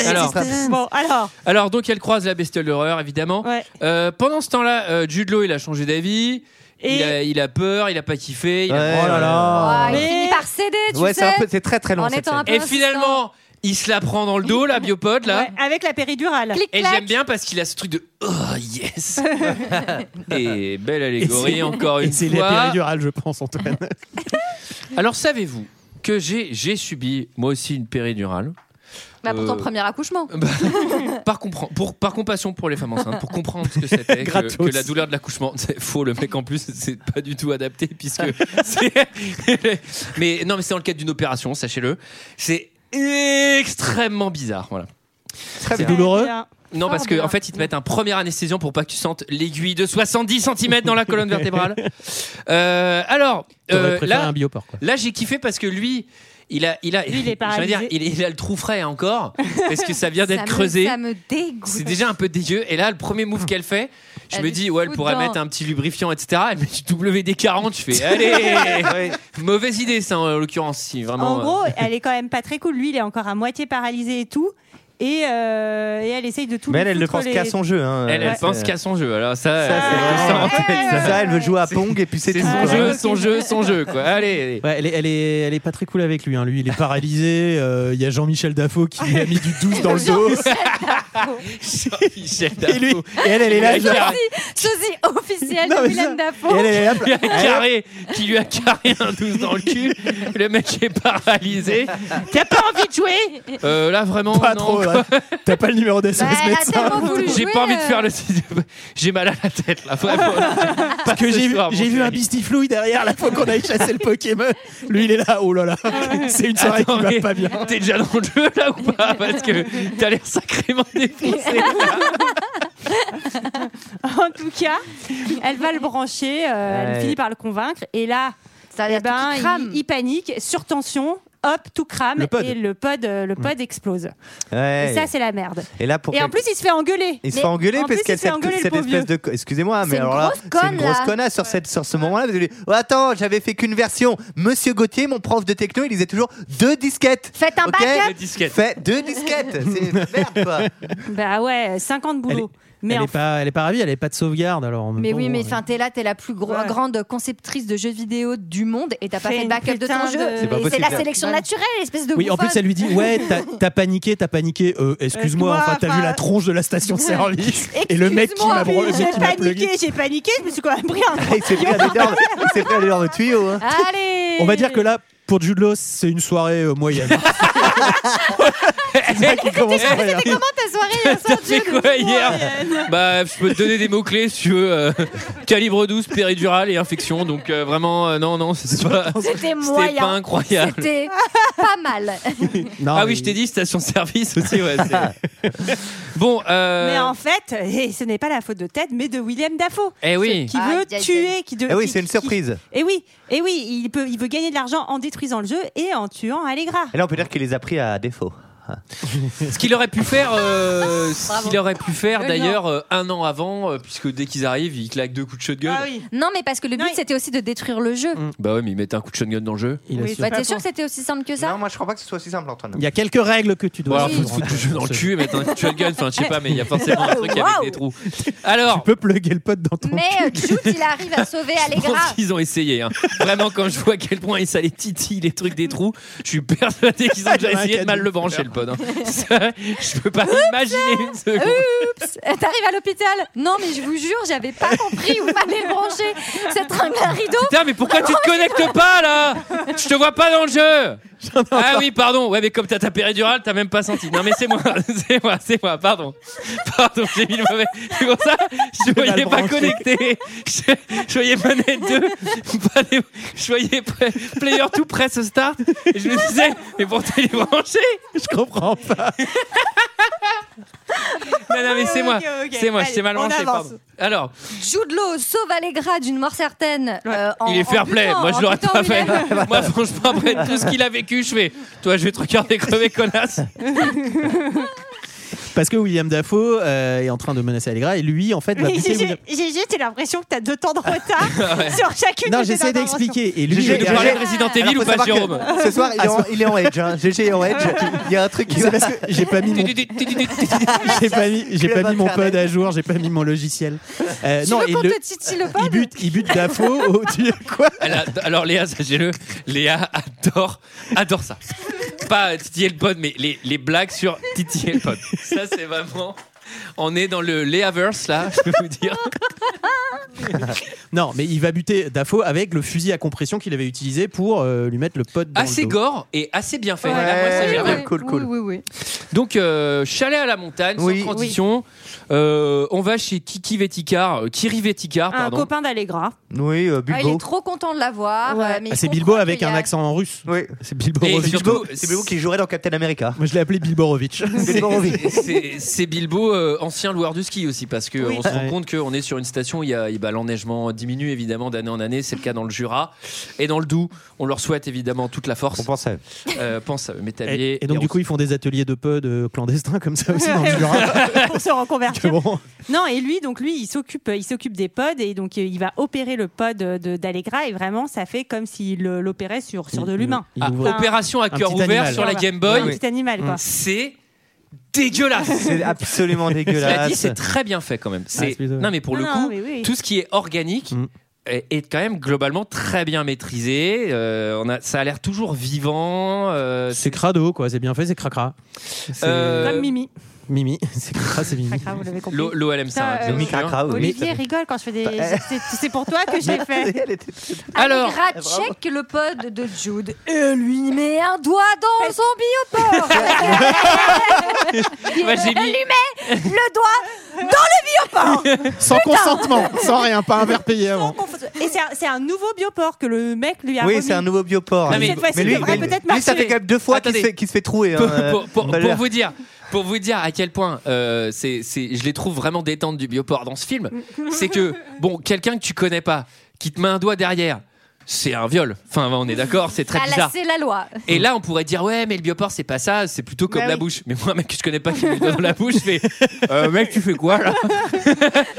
Alors. Bon, alors. Alors, donc, elle croise la bestiole d'horreur, évidemment. Ouais. Euh, pendant ce temps-là, euh, Jude Law, il a changé d'avis. Il, a, il a peur, il a pas kiffé. il a- Ouais. Oh là là. Ah, Il finit par céder, tu Ouais, sais. c'est un peu- c'est très, très long, En cette étant scène. un peu Et finalement, il se la prend dans le dos, la biopode, là. Ouais, avec la péridurale. Et j'aime bien parce qu'il a ce truc de oh yes. Et belle allégorie c'est- encore et une c'est la fois. péridurale, je pense, Antoine. Alors savez-vous que j'ai j'ai subi moi aussi une péridurale. Bah, pour Euh, bah, ton premier accouchement. par, compren- pour, par compassion pour les femmes enceintes, pour comprendre ce que c'était que, Gratos. que la douleur de l'accouchement. C'est faux, le mec en plus, c'est pas du tout adapté puisque. c'est- mais non, mais c'est dans le cadre d'une opération, sachez-le. C'est extrêmement bizarre, voilà. C'est douloureux. Non, parce que en fait, ils te mettent un premier anesthésiant pour pas que tu sentes l'aiguille de 70 cm dans la colonne vertébrale. Euh, alors, T'aurais euh, préféré là, un bioport, quoi. là j'ai kiffé parce que lui. Il a, il a, Lui, il est je veux dire, paralysé. il, il a le trou frais hein, encore parce que ça vient Ça d'être me- creusé. Ça me dégoûte. C'est déjà un peu dégueu. Et là, le premier move qu'elle fait, je Elle me lui dis, ouais, elle fout pourrait dedans. mettre un petit lubrifiant, etc. Elle met du WD-40. Je fais, allez, Ouais. mauvaise idée, ça, en l'occurrence, si vraiment. En euh, gros, elle est quand même pas très cool. Lui, il est encore à moitié paralysé et tout. Et, euh, et elle essaye de tout Mais lui elle, elle le foutre pense les- qu'à son jeu. hein. elle, elle Ouais. pense qu'à son jeu. Alors, ça, Ça, euh, c'est ça, vraiment- en fait, Ça, elle veut jouer à Pong et puis c'est c'est tout. son quoi. jeu, son jeu, son jeu, quoi. Allez, allez. Ouais, elle, est, elle, est, elle est pas très cool avec lui. hein. Lui, il est paralysé. euh, Il y a Jean-Michel Dafo qui lui a mis du 12 dans le dos. Michel Et, lui, et elle, elle est là. Il a genre- carré, Sosie officielle Non, de mais Mylène ça- Dafoe. et elle, elle est là. il a carré- qui lui a carré un 12 dans le cul. Le mec est paralysé. T'as pas envie de jouer Euh, Là, vraiment, Pas non, trop. quoi. ouais. T'as pas le numéro des hein. Bah, SMS elle a médecin. tellement voulu J'ai jouer, pas envie de euh, faire le sixième. J'ai mal à la tête là, vraiment. Parce que ce j'ai vu- soir, mon j'ai vu un chéri. bistiflouille derrière la fois qu'on a chasser le Pokémon. Lui, il est là. Oh là là. C'est une soirée Attends, qui va mais pas bien. T'es déjà dans le jeu là ou pas Parce que t'as l'air sacrément défoncé. En tout cas, elle va le brancher. euh, Ouais. Elle finit par le convaincre. Et là, Ça a eh l'air tout ben, qui crame. il, il panique, surtension. Hop, tout crame Le pod. et le pod, euh, le pod explose. Ouais. Et ça, c'est la merde. Et là, pour Et en quel- plus, il se fait engueuler. Il se Mais fait engueuler en plus, parce il qu'elle se fait cette, engueuler, le cette pauvre espèce vieux. de. co- Excusez-moi, mais une alors là, grosse c'est une conne, grosse là. connasse sur, cette, sur ce moment-là. Vous allez- Oh, attends, j'avais fait qu'une version. Monsieur Gauthier, mon prof de techno, il disait toujours deux disquettes. Faites un Ok backup. Deux disquettes. Faites deux disquettes. C'est merde, quoi. Bah ouais, 50 Elle est, boulots. elle, Mais en est pas, elle est pas ravie, elle est pas de sauvegarde. Alors, en même Mais temps, euh. oui, mais bon, enfin, t'es là, t'es la plus gro- Ouais. grande conceptrice de jeux vidéo du monde et t'as pas Fais fait de une backup de putain ton de- jeu. Bah, C'est pas Et C'est possible. la sélection naturelle, espèce de Oui, en plus, bouffonne. elle lui dit Ouais, t'as- t'as paniqué, t'as paniqué. Euh, Excuse-moi, Excuse-moi, enfin, t'as vu enfin- la tronche de la station-service et le mec qui m'a bro- le J'ai mec qui m'a paniqué, plugué. j'ai paniqué, je me suis quand même pris un Ah, Il s'est pris à l'énorme- il s'est pris à l'énorme tuyau. hein. Allez On va dire que là, pour Jude Law, c'est une soirée euh, moyenne. c'est ça qui commence à C'était comment ta soirée euh, hier soir, C'est Jude quoi hier Bah, je peux te donner des mots-clés si tu veux. euh, calibre 12, péridurale et infection. Donc euh, vraiment, euh, non, non, c'est pas. C'était C'était pas moyen. Ah incroyable. C'était pas mal. Ah oui, je t'ai dit station-service aussi, ouais. c'est- bon, euh, Mais en fait, et ce n'est pas la faute de Ted, mais de William Dafoe. Eh oui. Ce- Qui Aïe, veut aïe, aïe. tuer. Qui de, Eh oui, qui- c'est une qui- surprise. Eh oui, eh oui il, peut, il veut gagner de l'argent en détruisant le jeu et en tuant Allegra. Et là, on peut dire qu'il les a pris à défaut. Ce qu'il aurait pu faire, euh, ce qu'il aurait pu faire Euh, d'ailleurs euh, un an avant, euh, puisque dès qu'ils arrivent, ils claquent deux coups de shotgun. Ah oui. Non, mais parce que le Non, but, il- c'était aussi de détruire le jeu. Mm. Bah ouais, mais ils mettent un coup de shotgun dans le jeu. Il, Oui, assure. c'est Bah, pas t'es sûr con. que c'était aussi simple que ça moi, je crois pas que ce soit aussi simple, Antoine. Il y a quelques règles que tu Bon, dois alors, faut se foutre du jeu dans le cul et mettre un coup de shotgun. Enfin, je sais pas, mais il y a forcément un truc avec Waouh. des trous. Alors, Tu peux plugger le pote dans ton. Mais euh, Jude, il arrive à sauver je pense Allegra. qu'ils ont essayé. hein. Vraiment, quand je vois à quel point ça les titille les trucs des trous, je suis persuadé qu'ils ont déjà essayé de mal le brancher, le pod. hein. Ça, je peux pas imaginer une seconde. Oups, t'arrives à l'hôpital. Non, mais je vous jure, j'avais pas compris où fallait brancher cette tringle à rideau. Putain, mais pourquoi tu te connectes pas là Je te vois pas dans le jeu Ah oui, pardon, ouais, mais comme t'as ta péridurale, t'as même pas senti. Non, mais c'est moi, c'est moi, c'est moi, pardon. Pardon, j'ai mis le mauvais. C'est pour ça, je voyais pas branché. connecté. Je, je voyais Manette 2, pas les- je voyais pla- Player tout press start, et je me disais, mais pourtant il est branché Je comprends pas. non, mais c'est moi. ok, ok. C'est moi, Allez, c'est mal on branché, avance. pardon. Alors, Jude Law sauve Allegra d'une mort certaine. euh, en- il est en fair play. butant- Moi, je en l'aurais butant pas fait. Wilhelm. Moi, franchement, après tout ce qu'il a vécu, je fais. Toi, je vais te regarder crever, connasse. Parce que William Dafoe euh, est en train de menacer Allegra et lui, en fait, va Mais buter Gigi, William- Gigi, t'as l'impression que t'as deux temps de retard ouais. sur chacune Non, de tes j'essaie interventions. d'expliquer. Et lui, Gégé, il est- Gégé- parler de Resident Evil Alors, ou faut pas, savoir que Jérôme Ce soir, il est, en, il est en edge. Hein. GG est en edge. Il y a un truc qui Ah. C'est parce que j'ai pas mis mon- j'ai pas mis, j'ai pas mis mon pod à jour, j'ai pas mis mon logiciel. Euh, Tu veux et qu'on le- te titille le il pod bute, il bute Dafoe. au- tu- quoi Elle a- Alors, Léa, sachez-le, Léa adore, adore ça. Pas euh, titiller le pod, mais les, les blagues sur titiller le pod. Ça, c'est vraiment. On est dans le Léaverse, là, je peux vous dire. non, mais il va buter Dafoe avec le fusil à compression qu'il avait utilisé pour euh, lui mettre le pod dans Assez le dos. gore et assez bien fait. Ouais, Là, moi, ça, j'ai cool, bien. cool, cool. Oui, oui, oui. Donc, euh, chalet à la montagne, Oui. sans transition. Euh, on va chez Kiki Véticard, euh, Kiri Véticard, Un pardon. copain d'Allegra. Oui, euh, Ah, il est trop content de la voir. euh, mais il Ah, c'est comprend Bilbo qu'il avec y a- un accent en russe. Oui, c'est Bilbo. Et Borovitch. surtout, C'est Bilbo qui jouerait dans Captain America. Moi, je l'ai appelé Bilborovitch. C'est- c'est- C'est Bilbo, euh, ancien loueur de ski aussi, parce qu'on Oui. on se rend Ouais. compte qu'on est sur une station où il y a- bah, l'enneigement diminue évidemment d'année en année. C'est le cas dans le Jura et dans le Doubs. On leur souhaite évidemment toute la force. On pense à eux. pense à eux, métalliers. Et, et donc, du coup, ils font des ateliers de pod euh, clandestins comme ça aussi dans le Jura. pour se reconvertir. Que bon. Non, et lui, donc lui, il s'occupe, il s'occupe des pods et donc euh, il va opérer le pod euh, de- d'Allegra et vraiment, ça fait comme s'il euh, l'opérait sur, sur de l'humain. Ah, Enfin, opération à cœur petit ouvert animal. sur la voilà. Game Boy. Mm. Un petit animal, quoi. C'est dégueulasse. C'est absolument Cela dégueulasse. dit, c'est très bien fait quand même. C'est- c'est bizarre. non, mais pour le Non, coup, mais oui. tout ce qui est organique Mm. est, est quand même globalement très bien maîtrisé. Euh, on a, ça a l'air toujours vivant. euh, C'est crado, quoi. C'est bien fait, c'est cracra. Euh, Comme Mimi. Mimi, c'est cracra, c'est Mimi. Cracra, vous l'avez compris. L'O- l'OLM, ça, Ça, bien euh, sûr. Olivier rigole quand je fais des. c'est- C'est pour toi que j'ai fait. Alors, Ah, Allegra check le pod de Jude et lui met un doigt dans son bioport. Moi, j'ai Elle mis- lui met le doigt dans le bioport. Sans consentement, sans rien, pas un verre payé avant. Et c'est un- c'est un, nouveau bioport que le mec lui a Oui, remis. c'est un nouveau bioport. Non, mais- Cette fois-ci, lui, ça devrait lui- peut-être lui, ça marcher. fait quand même deux fois qu'il se, Attendez. fait- qu'il se fait trouer. hein, pour, euh, pour- pour- Valère. pour vous dire, pour vous dire à quel point euh, c'est, c'est- je les trouve vraiment détentes du bioport dans ce film, c'est que bon, quelqu'un que tu connais pas, qui te met un doigt derrière, c'est un viol. Enfin, on est d'accord, c'est très Ah, là, bizarre. c'est la loi. Et là, on pourrait dire ouais, mais le bioport c'est pas ça, c'est plutôt comme Bah la oui. bouche. Mais moi, un mec que je connais pas qui met le doigt dans la bouche, je fais Euh, mec, tu fais quoi là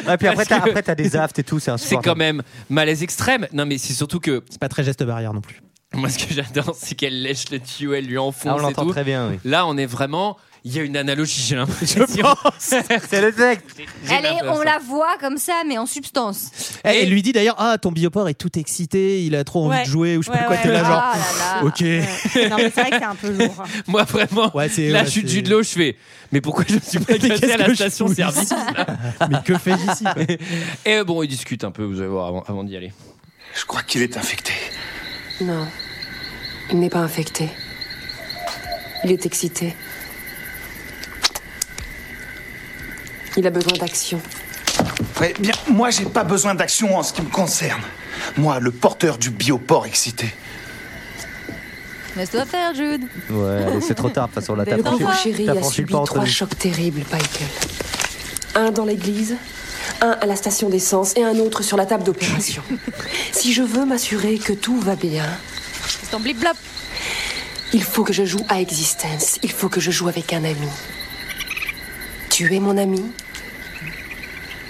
Ah, puis après, Parce t'as que- après, t'as des aftes et tout, c'est C'est insupportable. quand même malaise extrême. Non, mais c'est surtout que C'est pas très geste barrière non plus. Moi, ce que j'adore, c'est qu'elle lèche le tuyau, elle lui enfonce. Ah, on et l'entend tout. très bien, oui. Là, on est vraiment. Il y a une analogie, j'ai l'impression. C'est le texte. Elle est- on la voit comme ça, mais en substance. Et elle lui dit d'ailleurs Ah, ton bioport est tout excité, il a trop envie Ouais. de jouer, ou je sais pas Ouais, quoi, ouais, t'es là, ouais. genre. Ah là là. Ok. Non, mais c'est vrai que c'est un peu lourd. Moi, vraiment, c'est- là, ouais, je suis de c'est- jus de l'eau, je fais. Mais pourquoi je me suis pas Mais cassé qu'est-ce à la que je fous station-service ici Mais que fais-je ici quoi Et euh, bon, ils discutent un peu, vous allez voir, avant, avant d'y aller. Je crois qu'il est infecté. Non, il n'est pas infecté. Il est excité. Il a besoin d'action. Eh bien, moi, j'ai pas besoin d'action en ce qui me concerne. Moi, le porteur du bioport excité. Laisse-toi faire, Jude. Ouais, allez, c'est trop tard, de toute façon, là, t'as Le franchi, pauvre chéri t'as a franchi le subi pas entre trois nous. chocs terribles, Michael. Un dans l'église, un à la station d'essence et un autre sur la table d'opération. si je veux m'assurer que tout va bien, C'est en blip-blop. il faut que je joue à existence. Il faut que je joue avec un ami. Tu es mon ami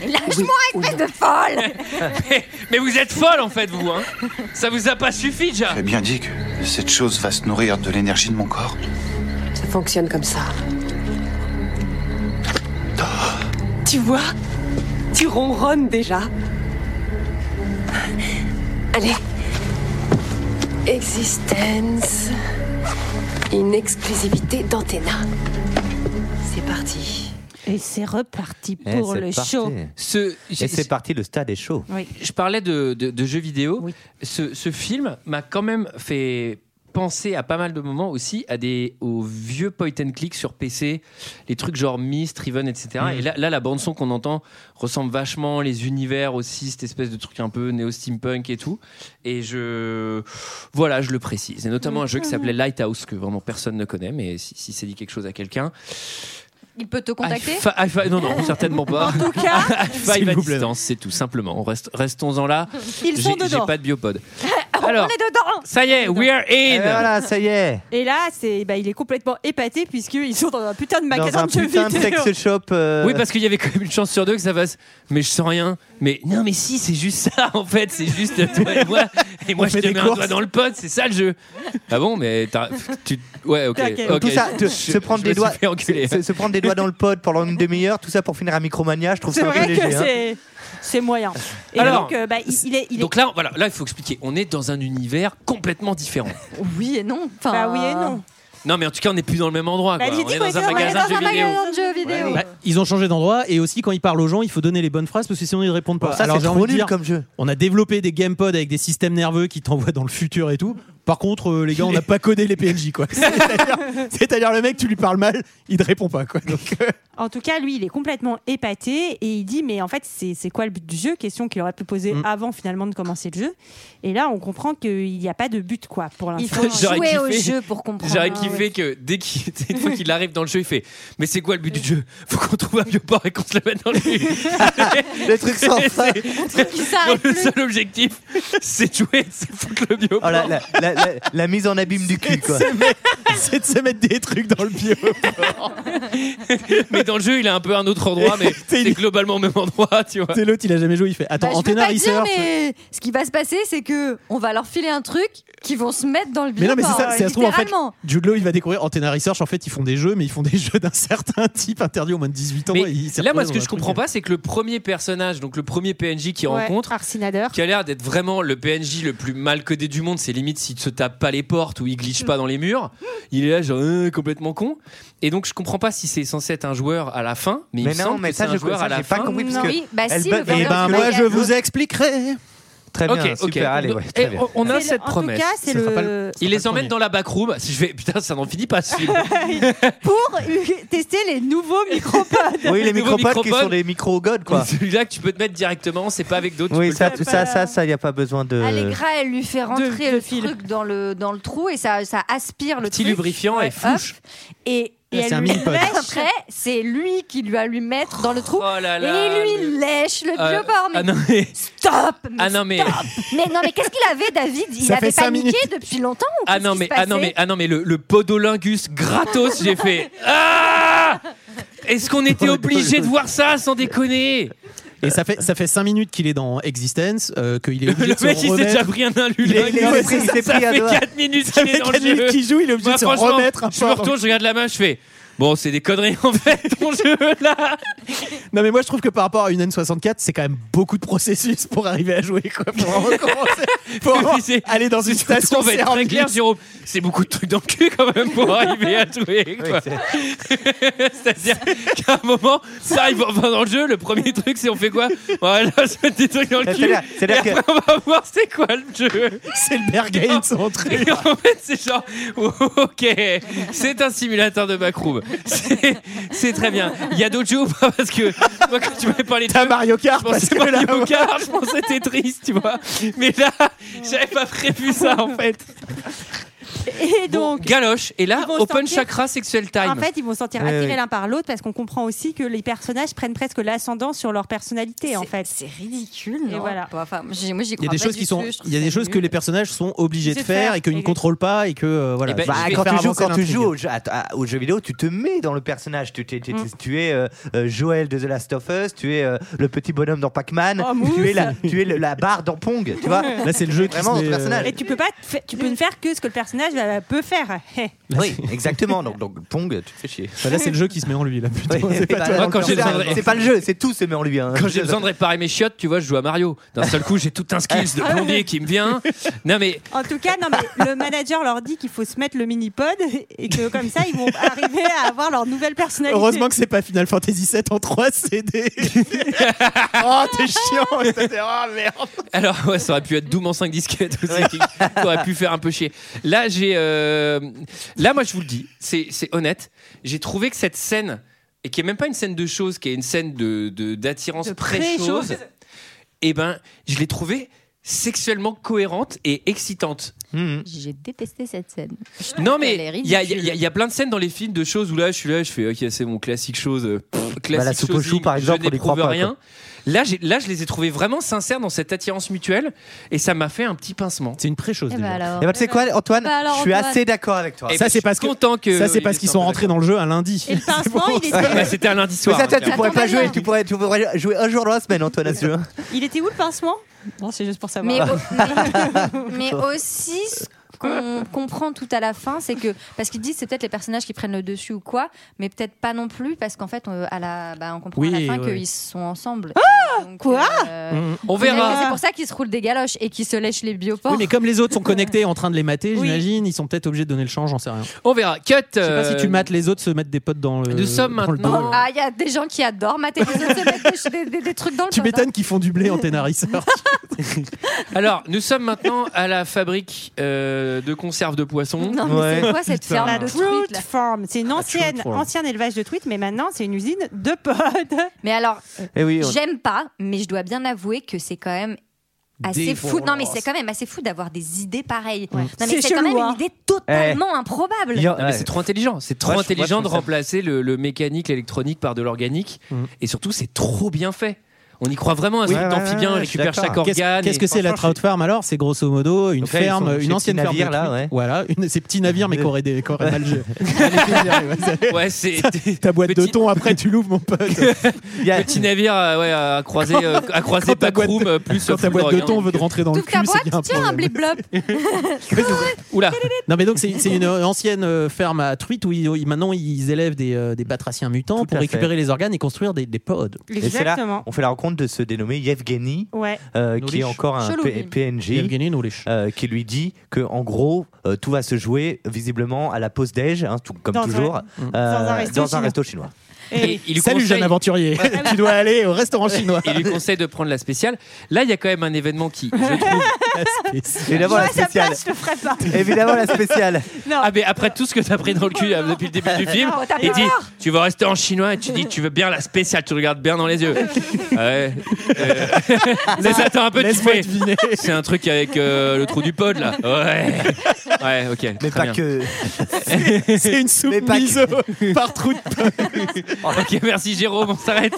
Mais Lâche-moi, espèce de folle. Mais vous êtes folle, en fait, vous, hein Ça vous a pas suffi, déjà J'ai bien dit que cette chose va se nourrir de l'énergie de mon corps. Ça fonctionne comme ça. Tu vois Tu ronronnes déjà. Allez. Existence. Une exclusivité d'Antena. C'est parti. Et c'est reparti Eh, pour c'est le parti. show. Ce- Et c'est parti, le stade est chaud. Oui. je parlais de, de- de jeux vidéo. Ce, ce film m'a quand même fait penser à pas mal de moments aussi à des aux vieux point and click sur PC, les trucs genre Myst, Riven, etc. Et là, là, la bande son qu'on entend ressemble vachement les univers aussi, cette espèce de truc un peu néo steampunk et tout. Et je voilà, je le précise. Et notamment un jeu qui s'appelait Lighthouse que vraiment personne ne connaît, mais si, si c'est dit quelque chose à quelqu'un. il peut te contacter Fa- Alpha- non, non, certainement pas. En tout cas, Alpha à distance, c'est tout simplement. On reste, restons-en là. Ils sont J'ai- dedans. J'ai pas de biopod. on est dedans Ça y est, we are in. Et voilà, ça y est. Et là, c'est, bah, il est complètement épaté puisqu'ils sont dans un putain de magasin Dans un de jeux putain de vidéo. sex shop. euh, Oui, parce qu'il y avait quand même une chance sur deux que ça fasse. Mais je sens rien. Mais non, mais si, c'est juste ça en fait. C'est juste toi et moi. Et moi, On je fait te des mets un courses. doigt dans le pot. C'est ça le jeu. Ah bon, mais t'as- tu. Ouais, ok. T'inquiète. ok. Tout ça, Je- te- se prendre je des me suis doigts, fait enculer. se, se prendre des doigts dans le pod pendant une demi-heure, tout ça pour finir à Micromania, je trouve C'est ça un peu vrai que léger. hein. c'est, c'est moyen. Et Alors, donc, euh, bah, il, il est, il est- Donc là, voilà, là, il faut expliquer. On est dans un univers complètement différent. Oui et non. Enfin, bah oui et non. Non, mais en tout cas, on n'est plus dans le même endroit. Bah, quoi. dis- on dis- est dis- dans on est un magasin de dans un jeux vidéo. magasin de jeux vidéo. Bah, ils ont changé d'endroit et aussi quand ils parlent aux gens, il faut donner les bonnes phrases parce que sinon ils répondent pas. Bon, ça, c'est j'ai trop envie de nul dire, comme jeu. On a développé des gamepods avec des systèmes nerveux qui t'envoient dans le futur et tout. Par contre, euh, les gars, on n'a pas codé les PNJ quoi. C'est-à-dire- C'est-à-dire le mec, tu lui parles mal, il te répond pas quoi. Donc, euh, En tout cas, lui, il est complètement épaté et il dit Mais en fait, c'est c'est quoi le but du jeu Question qu'il aurait pu poser Mm. avant finalement de commencer le jeu. Et là, on comprend qu'il n'y a pas de but quoi pour l'instant. Il faut J'aurais jouer au kiffé- jeu pour comprendre. hein, J'aurais kiffé que dès qu'il une fois qu'il arrive dans le jeu, il fait Mais c'est quoi le but du jeu Faut qu'on trouve un bioport et qu'on se le mette dans le jeu. Les trucs sans C'est- fin. c'est- s'arrête Le seul objectif, c'est de jouer, c'est foutre le bioport. Oh, la, la- la- la- la mise en abîme du cul, quoi. c'est de se mettre des trucs dans le bio. Mais dans le jeu, il a un peu un autre endroit, mais c'est globalement au même endroit, tu vois. C'est l'autre, il a jamais joué, il fait Attends, Bah, je peux Antenna pas te dire, Research. euh, mais ce qui va se passer, c'est que on va leur filer un truc qu'ils vont se mettre dans le Mais non, mais c'est bioport, ça, c'est ça se trouve en fait. littéralement. Jude Law, il va découvrir Antenna Research. En fait, ils font des jeux, mais ils font des jeux d'un certain type interdit aux moins de 18 ans. Mais et il s'est là, moi, retrouvé ce dans que un je truc. comprends pas, c'est que le premier personnage, donc le premier PNJ qu'il Ouais, rencontre, Arsinader. qui a l'air d'être vraiment le PNJ le plus mal codé du monde. C'est limite s'il se tape pas les portes ou il glitch pas dans les murs. Il est là, genre, euh, complètement con. Et donc, je comprends pas si c'est censé être un joueur à la fin, mais, il Mais me non, semble mais que ça, c'est un je- joueur ça, à la j'ai pas fin. compris, parce Non, que oui, bah elle si, bat- le Eh Eh Burger ben, King moi, Bagel. je vous expliquerai. Très bien, Ok, ok. super, allez, Donc, ouais, et très bien. on- on a C'est le- cette en promesse. tout cas, c'est Ça sera pas le- le. Il pas les le emmène premier. dans la backroom. Si je vais, putain, ça n'en finit pas ce film. pour tester les nouveaux micropodes. Oui, les Les nouveaux micropodes qui micropodes. sont des micro-godes, quoi. Celui-là que tu peux te mettre directement, c'est pas avec d'autres. tu Oui, peux ça, le faire. tout ça, ça, ça, y a pas besoin de. Allegra, elle lui fait rentrer de le fil. truc dans le, dans le trou et ça, ça aspire le Petit truc. lubrifiant et hop. fouche. Et, et Là, c'est elle un lui mini-pod. lèche. Après, c'est lui qui lui a lui mettre dans le trou. Oh là là. et lui le- lèche le Euh, bioport. Mais ah non, mais- stop mais Ah non, mais- stop. mais non, mais qu'est-ce qu'il avait, David Il Ça fait avait cinq paniqué minutes. depuis longtemps ou Ah qu'est-ce non qui mais se ah non passait mais ah non mais le, le podolingus gratos j'ai fait ah est-ce qu'on était obligé de voir ça sans déconner Et ça fait, ça fait 5 minutes qu'il est dans Existence, euh, qu'il est le obligé de se mec il s'est remettre. déjà pris un inlulingus Il est- il est pris- il s'est ça pris à fait doigt. 4 minutes Ça qu'il est fait dans le 4 minutes jeu qu'il joue, il est obligé Moi, de se franchement, remettre un je peu me avant- retourne je regarde la main je fais bon c'est des conneries en fait ton jeu là Non, mais moi, je trouve que par rapport à une N64, c'est quand même beaucoup de processus pour arriver à jouer, quoi. Pour vraiment commencer. Pour vraiment Puis c'est- aller dans une station on va être très service. clair Jérôme c'est beaucoup de trucs dans le cul quand même pour arriver à jouer quoi. C'est-à-dire qu'à un moment, ça arrive enfin dans le jeu. Le premier truc, c'est on fait quoi Voilà, je mets des trucs dans le cul. C'est-à-dire- Et c'est-à-dire après, on va voir c'est quoi le jeu. C'est le Berghain, son entrée. Et en fait, c'est genre, ok, c'est un simulateur de backroom. C'est- C'est très bien. Il y a d'autres jeux ou pas Parce que moi, quand tu m'avais parlé de T'as Mario je Kart parce pensais que Mario là, Kart, je pensais Tetris, tu vois. Mais là, j'avais pas prévu ça en fait. Et donc, Galoche, et là, Ils vont Open sortir. Chakra Sexual Time. En fait, ils vont se sentir Ouais, attirés ouais. l'un par l'autre parce qu'on comprend aussi que les personnages prennent presque l'ascendant sur leur personnalité, en C'est- fait. C'est ridicule, Et non voilà. Bon, enfin, j'ai- moi, j'y Il y crois a des pas choses du qui tout, sont, je trouve il y a des ça choses que nul. les personnages sont obligés de de faire faire, et qu'ils ne exactement. contrôlent pas et que euh, voilà. Eh ben, Bah, Je vais quand faire tu joues, avancer quand tu l'intrigue. joues au jeu, à- à- au jeu vidéo, tu te mets dans le personnage. Tu, t'es- t'es- Hmm. tu es euh, euh, Joël de The Last of Us, tu es euh, le petit bonhomme dans Pac-Man, Oh, Mousse. tu es, la, tu es le- la barre dans Pong, tu vois. Là, c'est le jeu qui Vraiment, se ton met, euh, personnage. Et tu peux pas, te fa- tu peux ne faire que ce que le personnage euh, peut faire. Hé. Oui, exactement. Donc, donc Pong, tu te fais chier. Bah, là, c'est le jeu qui se met en lui là. plutôt. Oui, C'est pas bah, toi moi, dans quand le j'ai personnage. besoin de- c'est pas le jeu, c'est tout se met en lui. hein. Quand j'ai besoin de réparer mes chiottes, tu vois, je joue à Mario. D'un seul coup, j'ai tout un skills de plombier qui me vient. Non mais En tout cas, non, mais le manager leur dit qu'il faut se mettre le mini-pod et que comme ça, ils vont arriver à avoir leur nouvelle personnalité. Heureusement que c'est pas Final Fantasy VII en 3 CD. oh, t'es chiant, etc. oh, Merde. alors, ouais, ça aurait pu être Doom en 5 disquettes aussi. qui- Ça aurait pu faire un peu chier. Là, j'ai, euh, là, moi, je vous le dis, c'est, c'est honnête. J'ai trouvé que cette scène, et qui est même pas une scène de choses, qui est une scène de, de- d'attirance De pré-chose, pré-chose. eh ben, je l'ai trouvée sexuellement cohérente et excitante. J'ai détesté cette scène. Non Elle est mais il y, a- ridicule. il y a- il y a plein de scènes dans les films de choses où là je suis là je fais ok c'est mon classique chose euh, pff, classique la soupe aux chose, choux, par exemple, on je y croit n'éprouve pas, rien quoi. là j'ai- là je les ai trouvés vraiment sincères dans cette attirance mutuelle et ça m'a fait un petit pincement c'est une pré-chose Et Eh ben déjà. alors. Eh ben, tu sais quoi, Antoine Bah alors, Je suis Antoine. assez d'accord avec Eh toi. Ça, c'est parce que- ben, content que ça, c'est parce qu'ils sont rentrés dans le jeu un lundi. Et le pincement, il était, Ouais, bah, c'était un lundi soir Mais attends, hein, tu pourrais clairement. pas jouer, tu pourrais, tu pourrais jouer un jour dans la semaine, Antoine, à ce jeu. il était où le pincement Non, c'est juste pour savoir. Mais, mais aussi ce qu'on comprend tout à la fin, c'est que parce qu'ils disent c'est peut-être les personnages qui prennent le dessus ou quoi, mais peut-être pas non plus parce qu'en fait on, à la, bah, on comprend à Oui, la fin ouais. qu'ils sont ensemble. Ah, quoi On verra. euh, C'est pour ça qu'ils se roulent des galoches et qu'ils se lèchent les bioports. Oui, mais comme les autres sont connectés en train de les mater, j'imagine, ils sont peut-être obligés de donner le change, j'en sais rien. on verra cut euh, Je sais pas si tu mates les autres se mettre des potes dans le. Nous sommes dans le maintenant- dos. Ah, il y a des gens qui adorent mater les autres se mettre des, des- des- des trucs dans le Tu pot, hein. m'étonnes qu'ils font du blé en Ténarisseur. alors nous sommes maintenant à la fabrique euh, de conserve de poisson Non, mais c'est quoi cette ferme de truites, truite Farm C'est Ah, une ancienne, farm. ancien élevage de truites, mais maintenant c'est une usine de pods. Mais alors, Eh oui, on- j'aime pas, mais je dois bien avouer que c'est quand même assez fou. Non, mais Dégueulasse. c'est quand même assez fou d'avoir des idées pareilles. Non, mais C'est c'est quand chelou, même hein. une idée Eh. totalement improbable. Non, mais c'est trop intelligent. C'est trop Moi, je- intelligent moi, je de trouve ça- remplacer le, le mécanique, l'électronique par de l'organique. Et surtout, c'est trop bien fait. On y croit vraiment. Un Oui, truc Mm. ouais, amphibien ouais, ouais, récupère je suis chaque d'accord. Qu'est-ce- organe. Qu'est-ce et- que c'est la Trout Farm alors C'est grosso modo une Donc là, ils ferme, sont chez une les ancienne petits ferme. de navires, là, truites. ouais. Voilà, une- ces petits navires, mais qui auraient des qui auraient mal géré. Ouais, c'est Ta boîte de thon, après tu l'ouvres, mon pote. petit navire euh, ouais, à croiser, euh, à croiser Quand ta boîte backroom de- euh, plus quand flou ta boîte de d'organes. thon veut te rentrer dans le T'ouvres ta cul, c'est boîte, qu'il y a un tiens, un problème. blip-blop. Oula. Non mais donc c'est c'est une ancienne euh, ferme à truites où ils- maintenant ils élèvent des, euh, des batraciens mutants pour à récupérer fait. les organes et construire des, des pods. Et c'est là, Exactement. on fait la rencontre de ce dénommé Yevgeny, Ouais. euh, Noulich. qui est encore un Chelou, P- lui. PNJ, Yevgeny Noulich. euh, qui lui dit que en gros euh, tout va se jouer visiblement à la pause déj, hein, tout- comme Dans un- toujours, euh, Mm. dans un resto dans un chinois. resto chinois. Et il lui Salut conseille- jeune aventurier, tu dois aller au restaurant chinois. Il lui conseille de prendre la spéciale. Là, il y a quand même un événement qui, je trouve. Évidemment la ça spéciale. passe, je le ferai pas. Évidemment la spéciale. Ah, mais après tout ce que t'as pris dans le cul euh, depuis le début du film, Non, Ah, t'as il pas dit peur. Tu veux rester en chinois et tu dis Tu veux bien la spéciale, tu regardes bien dans les yeux. Ouais. Euh, mais attends un peu, tu Laisse-moi fais. deviner. C'est un truc avec euh, le trou du pod là. Ouais. Ouais, ok. Mais très pas bien. que. C'est une soupe Mais pas que- mise au- par trou de pods. Ok, merci Jérôme, on s'arrête.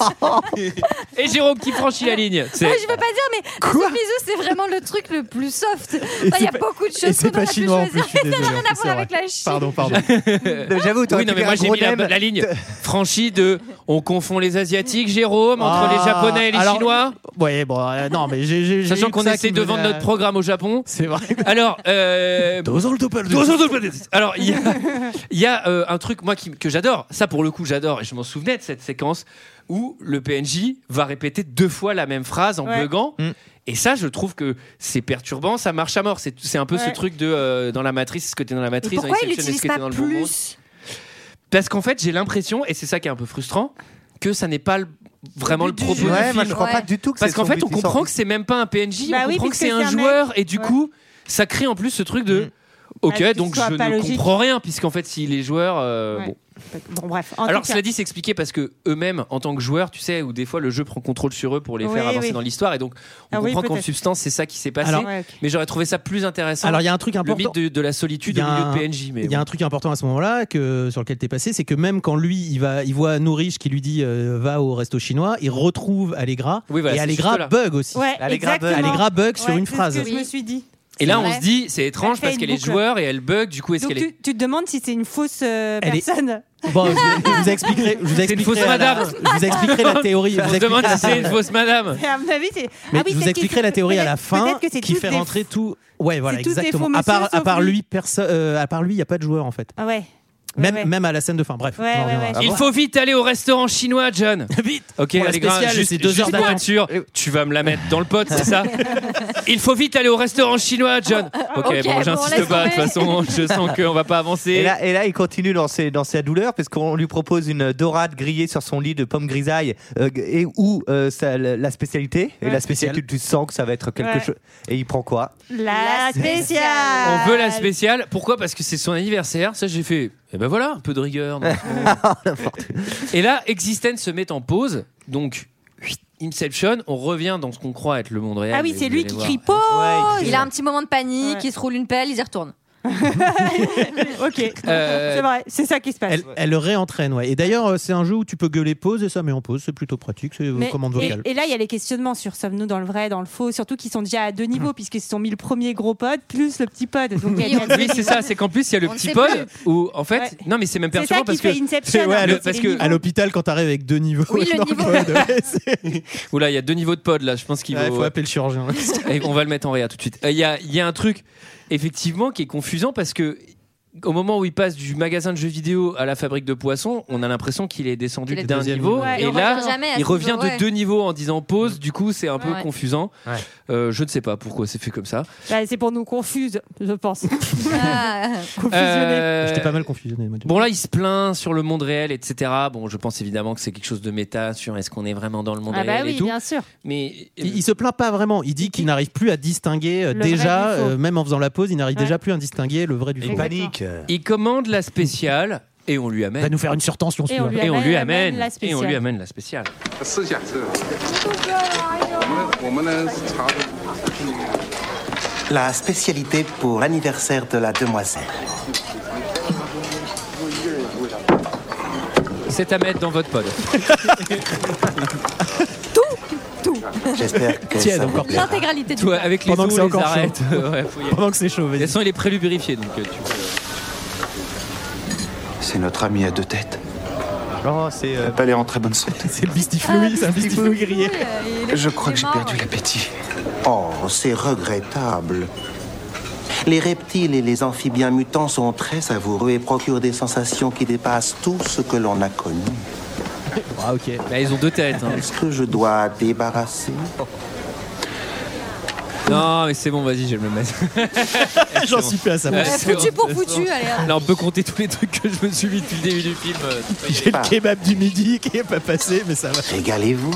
Et Jérôme qui franchit la ligne. C'est- Ouais, Ah, je veux pas dire, mais Quoi le bisou, c'est vraiment le truc le plus soft. Enfin, Il y a c'est pas- beaucoup de Et choses c'est qu'on pas aurait pu chinois en plus, choisir. je suis désolé. Ça n'a en rien plus, à c'est voir avec vrai. la Chine. Pardon, pardon. J'avoue, t'aurais Oui, non, mais pu faire moi un j'ai gros mis la, thème. la ligne franchie de on confond les Asiatiques, Jérôme, entre Ah, les Japonais et les alors- Chinois. Ouais, bon, euh, non, mais j'ai- j'ai. j'ai Sachant eu qu'on ça qui essaie me de vendre venait à- notre programme au Japon. C'est vrai. Alors, euh, Dozol Doppel- Dozol Doppel- alors il y a, il y a, euh, un truc moi qui- que j'adore. Ça pour le coup j'adore et je m'en souvenais de cette séquence où le PNJ va répéter deux fois la même phrase en Ouais. bugant. Mm. Et ça, je trouve que c'est perturbant, ça marche à mort. C'est c'est un peu ce Ouais. truc de euh, dans la matrice, est-ce que t'es dans la Et matrice, dans pourquoi il Inception, est-ce l'utilise que t'es pas dans le bon monde plus Parce qu'en fait, j'ai l'impression, et c'est ça qui est un peu frustrant, que ça n'est pas le- vraiment le but du propos jeu. du Ouais, film. moi je crois Ouais. pas du tout que Parce c'est qu'en son fait, but, on il sort- comprend que c'est même pas un PNJ, Bah on oui, comprend que puisque c'est un c'est un joueur, mec. et du Ouais. coup, ça crée en plus ce truc de. Ok, Ah, que tu donc je sois pas ne logique. comprends rien, puisqu'en fait, si les joueurs. euh, Ouais. bon. Bon, bref. En Alors, tout cas, cela dit, c'est expliqué parce que eux-mêmes, en tant que joueurs, tu sais, où des fois le jeu prend contrôle sur eux pour les faire Oui, avancer oui. dans l'histoire, et donc on Ah oui, comprend qu'en peut-être. substance, c'est ça qui s'est passé. Alors- Ouais, ok. Mais j'aurais trouvé ça plus intéressant. Alors, il y a un truc le important. mythe de, de la solitude Il y au a milieu un- de PNJ. Mais Il y a bon. un truc important à ce moment-là que sur lequel t'es passé, c'est que même quand lui il va, il voit Nourish qui lui dit euh, va au resto chinois, il retrouve Allegra Oui, voilà, et c'est Allegra juste là. bug aussi. Ouais, Allegra bug. exactement. Allegra bug sur Ouais, une c'est ce phrase. que je me Oui. suis dit. Et là, C'est on vrai. se dit, c'est étrange fait parce une qu'elle est boucle. joueur et elle bug, du coup, est-ce Donc qu'elle est. tu, tu te demandes si c'est une fausse euh, Elle est- personne. Bon, je, je vous expliquerai. Je vous C'est une expliquerai fausse la- madame. je vous expliquerai la théorie. je On vous se demande expliquerai si c'est une fausse madame. Et à mon avis, c'est. Mais ah oui, je vous peut-être qu'il- expliquerai la théorie à la peut-être- fin peut-être que c'est qui tous fait des- rentrer tout. Ouais, voilà, C'est tous des exactement. faux À part, messieurs, à part sauf lui. lui, perso- euh, à part lui, il y a pas de joueur en fait. Ah ouais. Même, ouais. même à la scène de fin. Bref. Ouais, on en ouais, reviendra. ouais. Il faut vite aller au restaurant chinois, John. Vite. Ok, Ah Pour la Allegra, spéciale, juste, c'est deux juste heures pour d'attente. être sûr, tu vas me la mettre dans le pot, c'est ça Il faut vite aller au restaurant chinois, John. Ok, Ok, bon, bon, j'insiste laisse pas, de toute façon, tomber. je sens qu'on va pas avancer. Et là, et là, il continue dans, ses, dans sa douleur parce qu'on lui propose une dorade grillée sur son lit de pommes grisailles euh, et où euh, ça- la la spécialité et Ouais. la spécialité tu sens que ça va être quelque Ouais. chose et il prend quoi La spéciale. on veut la spéciale. Pourquoi Parce que c'est son anniversaire. Ça, j'ai fait. Eh ben voilà, un peu Ah, de rigueur. dans ce moment. et là, Existence se met en pause. Donc, Inception, on revient dans ce qu'on croit être le monde réel. Ah oui, mais c'est vous lui allez qui voir. crie pause Oh, Il a un petit moment de panique, il se roule une pelle, il y retourne. ok, Euh, c'est vrai, c'est ça qui se passe. Elle, elle le réentraîne, ouais. Et d'ailleurs, euh, c'est un jeu où tu peux gueuler pause et ça met en pause. C'est plutôt pratique, c'est euh, Mais- commande vocale. et, et là, il y a les questionnements sur sommes-nous dans le vrai, dans le faux, surtout qu'ils sont déjà à deux Hum. niveaux, puisqu'ils se sont mis le premier gros pod plus le petit pod. Donc, il y a déjà deux Oui, c'est niveaux. ça, c'est qu'en plus il y a le On ne petit sait pod plus. où en fait, Ouais. non mais c'est même C'est ça perturbant qui parce que fait Inception, hein. Ouais, à l'hô- parce que à l'hôpital, quand t'arrives avec deux niveaux. Oui, le dans niveau- pod, ouais, Oula, il y a deux niveaux de pod là, je pense qu'il Ouais, vaut- faut appeler le chirurgien. Et on va le mettre en réa tout de suite. Euh, Il y, a, il y a un truc effectivement qui est confusant parce que au moment où il passe du magasin de jeux vidéo à la fabrique de poissons, on a l'impression qu'il est descendu Qu'il est d'un deuxième niveau niveau. Ouais, et, et on là revient jamais à il ce revient niveau, de ouais. Mm. deux niveaux en disant pause. Du coup, c'est un peu Ouais. confusant. Euh, je ne sais pas pourquoi c'est fait comme ça. Bah, c'est pour nous confuse, je pense. Ah. Euh, J'étais pas mal confusionné. moi. Bon là, il se plaint sur le monde réel, etc. Bon, je pense évidemment que c'est quelque chose de méta sur est-ce qu'on est vraiment dans le monde Ah bah réel oui, et tout. bien sûr. Mais Il, il se plaint pas vraiment. Il dit qu'il n'arrive plus à distinguer euh, Le vrai déjà, du faux. euh, même en faisant la pause, il n'arrive déjà plus à distinguer le vrai du faux. Il commande la spéciale et on lui amène. Va nous faire une surtension. Et on lui amène, la et on spéciale. lui amène la spéciale. La spécialité pour l'anniversaire de la demoiselle. C'est à mettre dans votre pod. J'espère que Tiens, ça vous encore plaira. L'intégralité du Toi, pod. avec les Pendant que os, c'est les encore chaud. arêtes. Ouais, faut y aller. Pendant que c'est chaud, De toute façon, il est prélubrifié, donc euh, tu- C'est notre ami à deux têtes. Oh, c'est. n'a Pas l'air en très bonne santé. euh, c'est le bistifouille, c'est un bistifouille grillé. Je crois que j'ai perdu l'appétit. Oh, c'est regrettable. Les reptiles et les amphibiens mutants sont très savoureux et procurent des sensations qui dépassent tout ce que l'on a connu. Ah, ok. Bah, ils ont deux têtes. hein. Est-ce que je dois débarrasser Non, mais c'est bon, vas-y, je vais me le mettre. J'en suis plus à ça. Ouais, Ouais, c'est foutu bon, pour c'est foutu, bon. allez, hop. Là, on peut compter tous les trucs que je me suis mis depuis le début du film. euh, J'ai le kebab du midi qui est pas passé, mais ça va. Régalez-vous.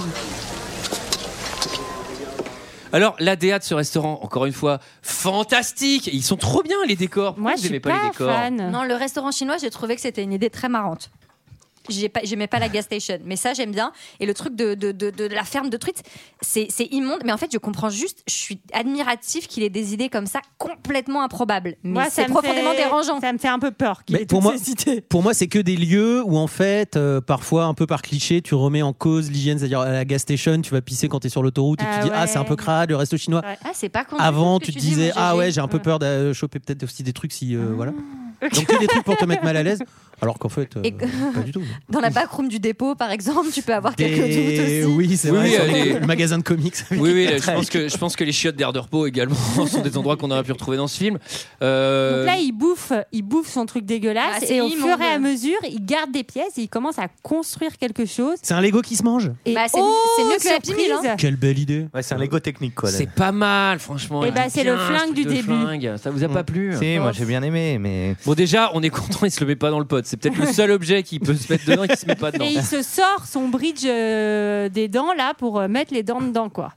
Alors, la DA de ce restaurant, encore une fois, fantastique. Ils sont trop bien, les décors. Moi, je pas, les décors. Non, le restaurant chinois, j'ai trouvé que c'était une idée très marrante. J'ai pas- J'aimais pas, la gas station, mais ça j'aime bien. Et le truc de, de, de- de la ferme de truites, c'est c'est immonde. Mais en fait, je comprends juste, je suis admiratif qu'il ait des idées comme ça complètement improbables. Mais Moi, ça c'est me profondément fait- dérangeant. Ça me fait un peu peur. qu'il Mais ait pour toutes moi, ces- pour moi, c'est que des lieux où en fait, euh, parfois un peu par cliché, tu remets en cause l'hygiène, c'est-à-dire à la gas station, tu vas pisser quand t'es sur l'autoroute et tu Ah dis ah ouais. c'est un peu crade, le resto chinois. Ah, c'est pas con. Avant, C'est tu ce te que disais dis, mon ah GG. ouais, j'ai un peu peur de choper peut-être aussi des trucs si euh, voilà. Donc que des trucs pour te mettre mal à l'aise, alors qu'en fait, euh, Et que- pas du tout. Dans la backroom du dépôt, par exemple, tu peux avoir Des- quelques doutes aussi. Oui, c'est Oui, vrai. oui, sur les- les- Le magasin de comics. Oui, oui, là, je pense, que, je pense que les chiottes d'air de repos également sont des endroits qu'on aurait pu retrouver dans ce film. Euh, Donc là, il bouffe, il bouffe son truc Ah, dégueulasse c'est et au immonde. fur et à mesure, il garde des pièces et il commence à construire quelque chose. C'est un Lego qui se mange. Et Bah, c'est- oh, c'est mieux que le Happy surprise Meal, hein. Quelle belle idée. Ouais, c'est un Lego technique, quoi. là. C'est pas mal, franchement. Eh Il ben, est c'est le bien, ce flingue truc du de début. flingue. Ça vous a pas plu Si, moi j'ai bien aimé, mais. Bon, déjà, on est content, il se le met pas dans le pot. C'est peut-être le seul objet qui peut se mettre dedans et qui se met pas dedans. Et il se sort son bridge euh, des dents là pour euh, mettre les dents dedans quoi.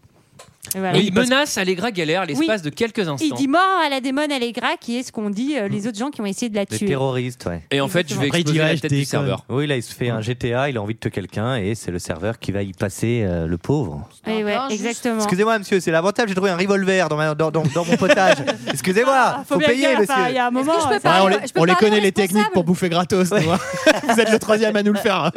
Et voilà. Et il menace Allegra Galère l'espace de quelques Il instants. dit mort à la démon Allegra qui est ce qu'on dit euh, les autres gens qui ont essayé de la Mm. Les tuer. terroristes, ouais. Et en fait, je vais Après, il exploser dit, la ah, je tête du déconne. serveur. Oui, là, il se fait un GTA, il a envie de tuer quelqu'un et c'est le serveur qui va y passer euh, le pauvre. Et ouais, exactement. Excusez-moi, monsieur, c'est l'avantage, j'ai trouvé un revolver dans, ma- dans, dans- dans mon potage. Excusez-moi, faut, Ah, faut bien payer, le faire, monsieur. enfin, il y a un moment, je peux euh, parler- on les- je peux on les parler connaît, au les responsable Technique pour bouffer gratos, tu vois. Vous êtes le troisième à nous le faire.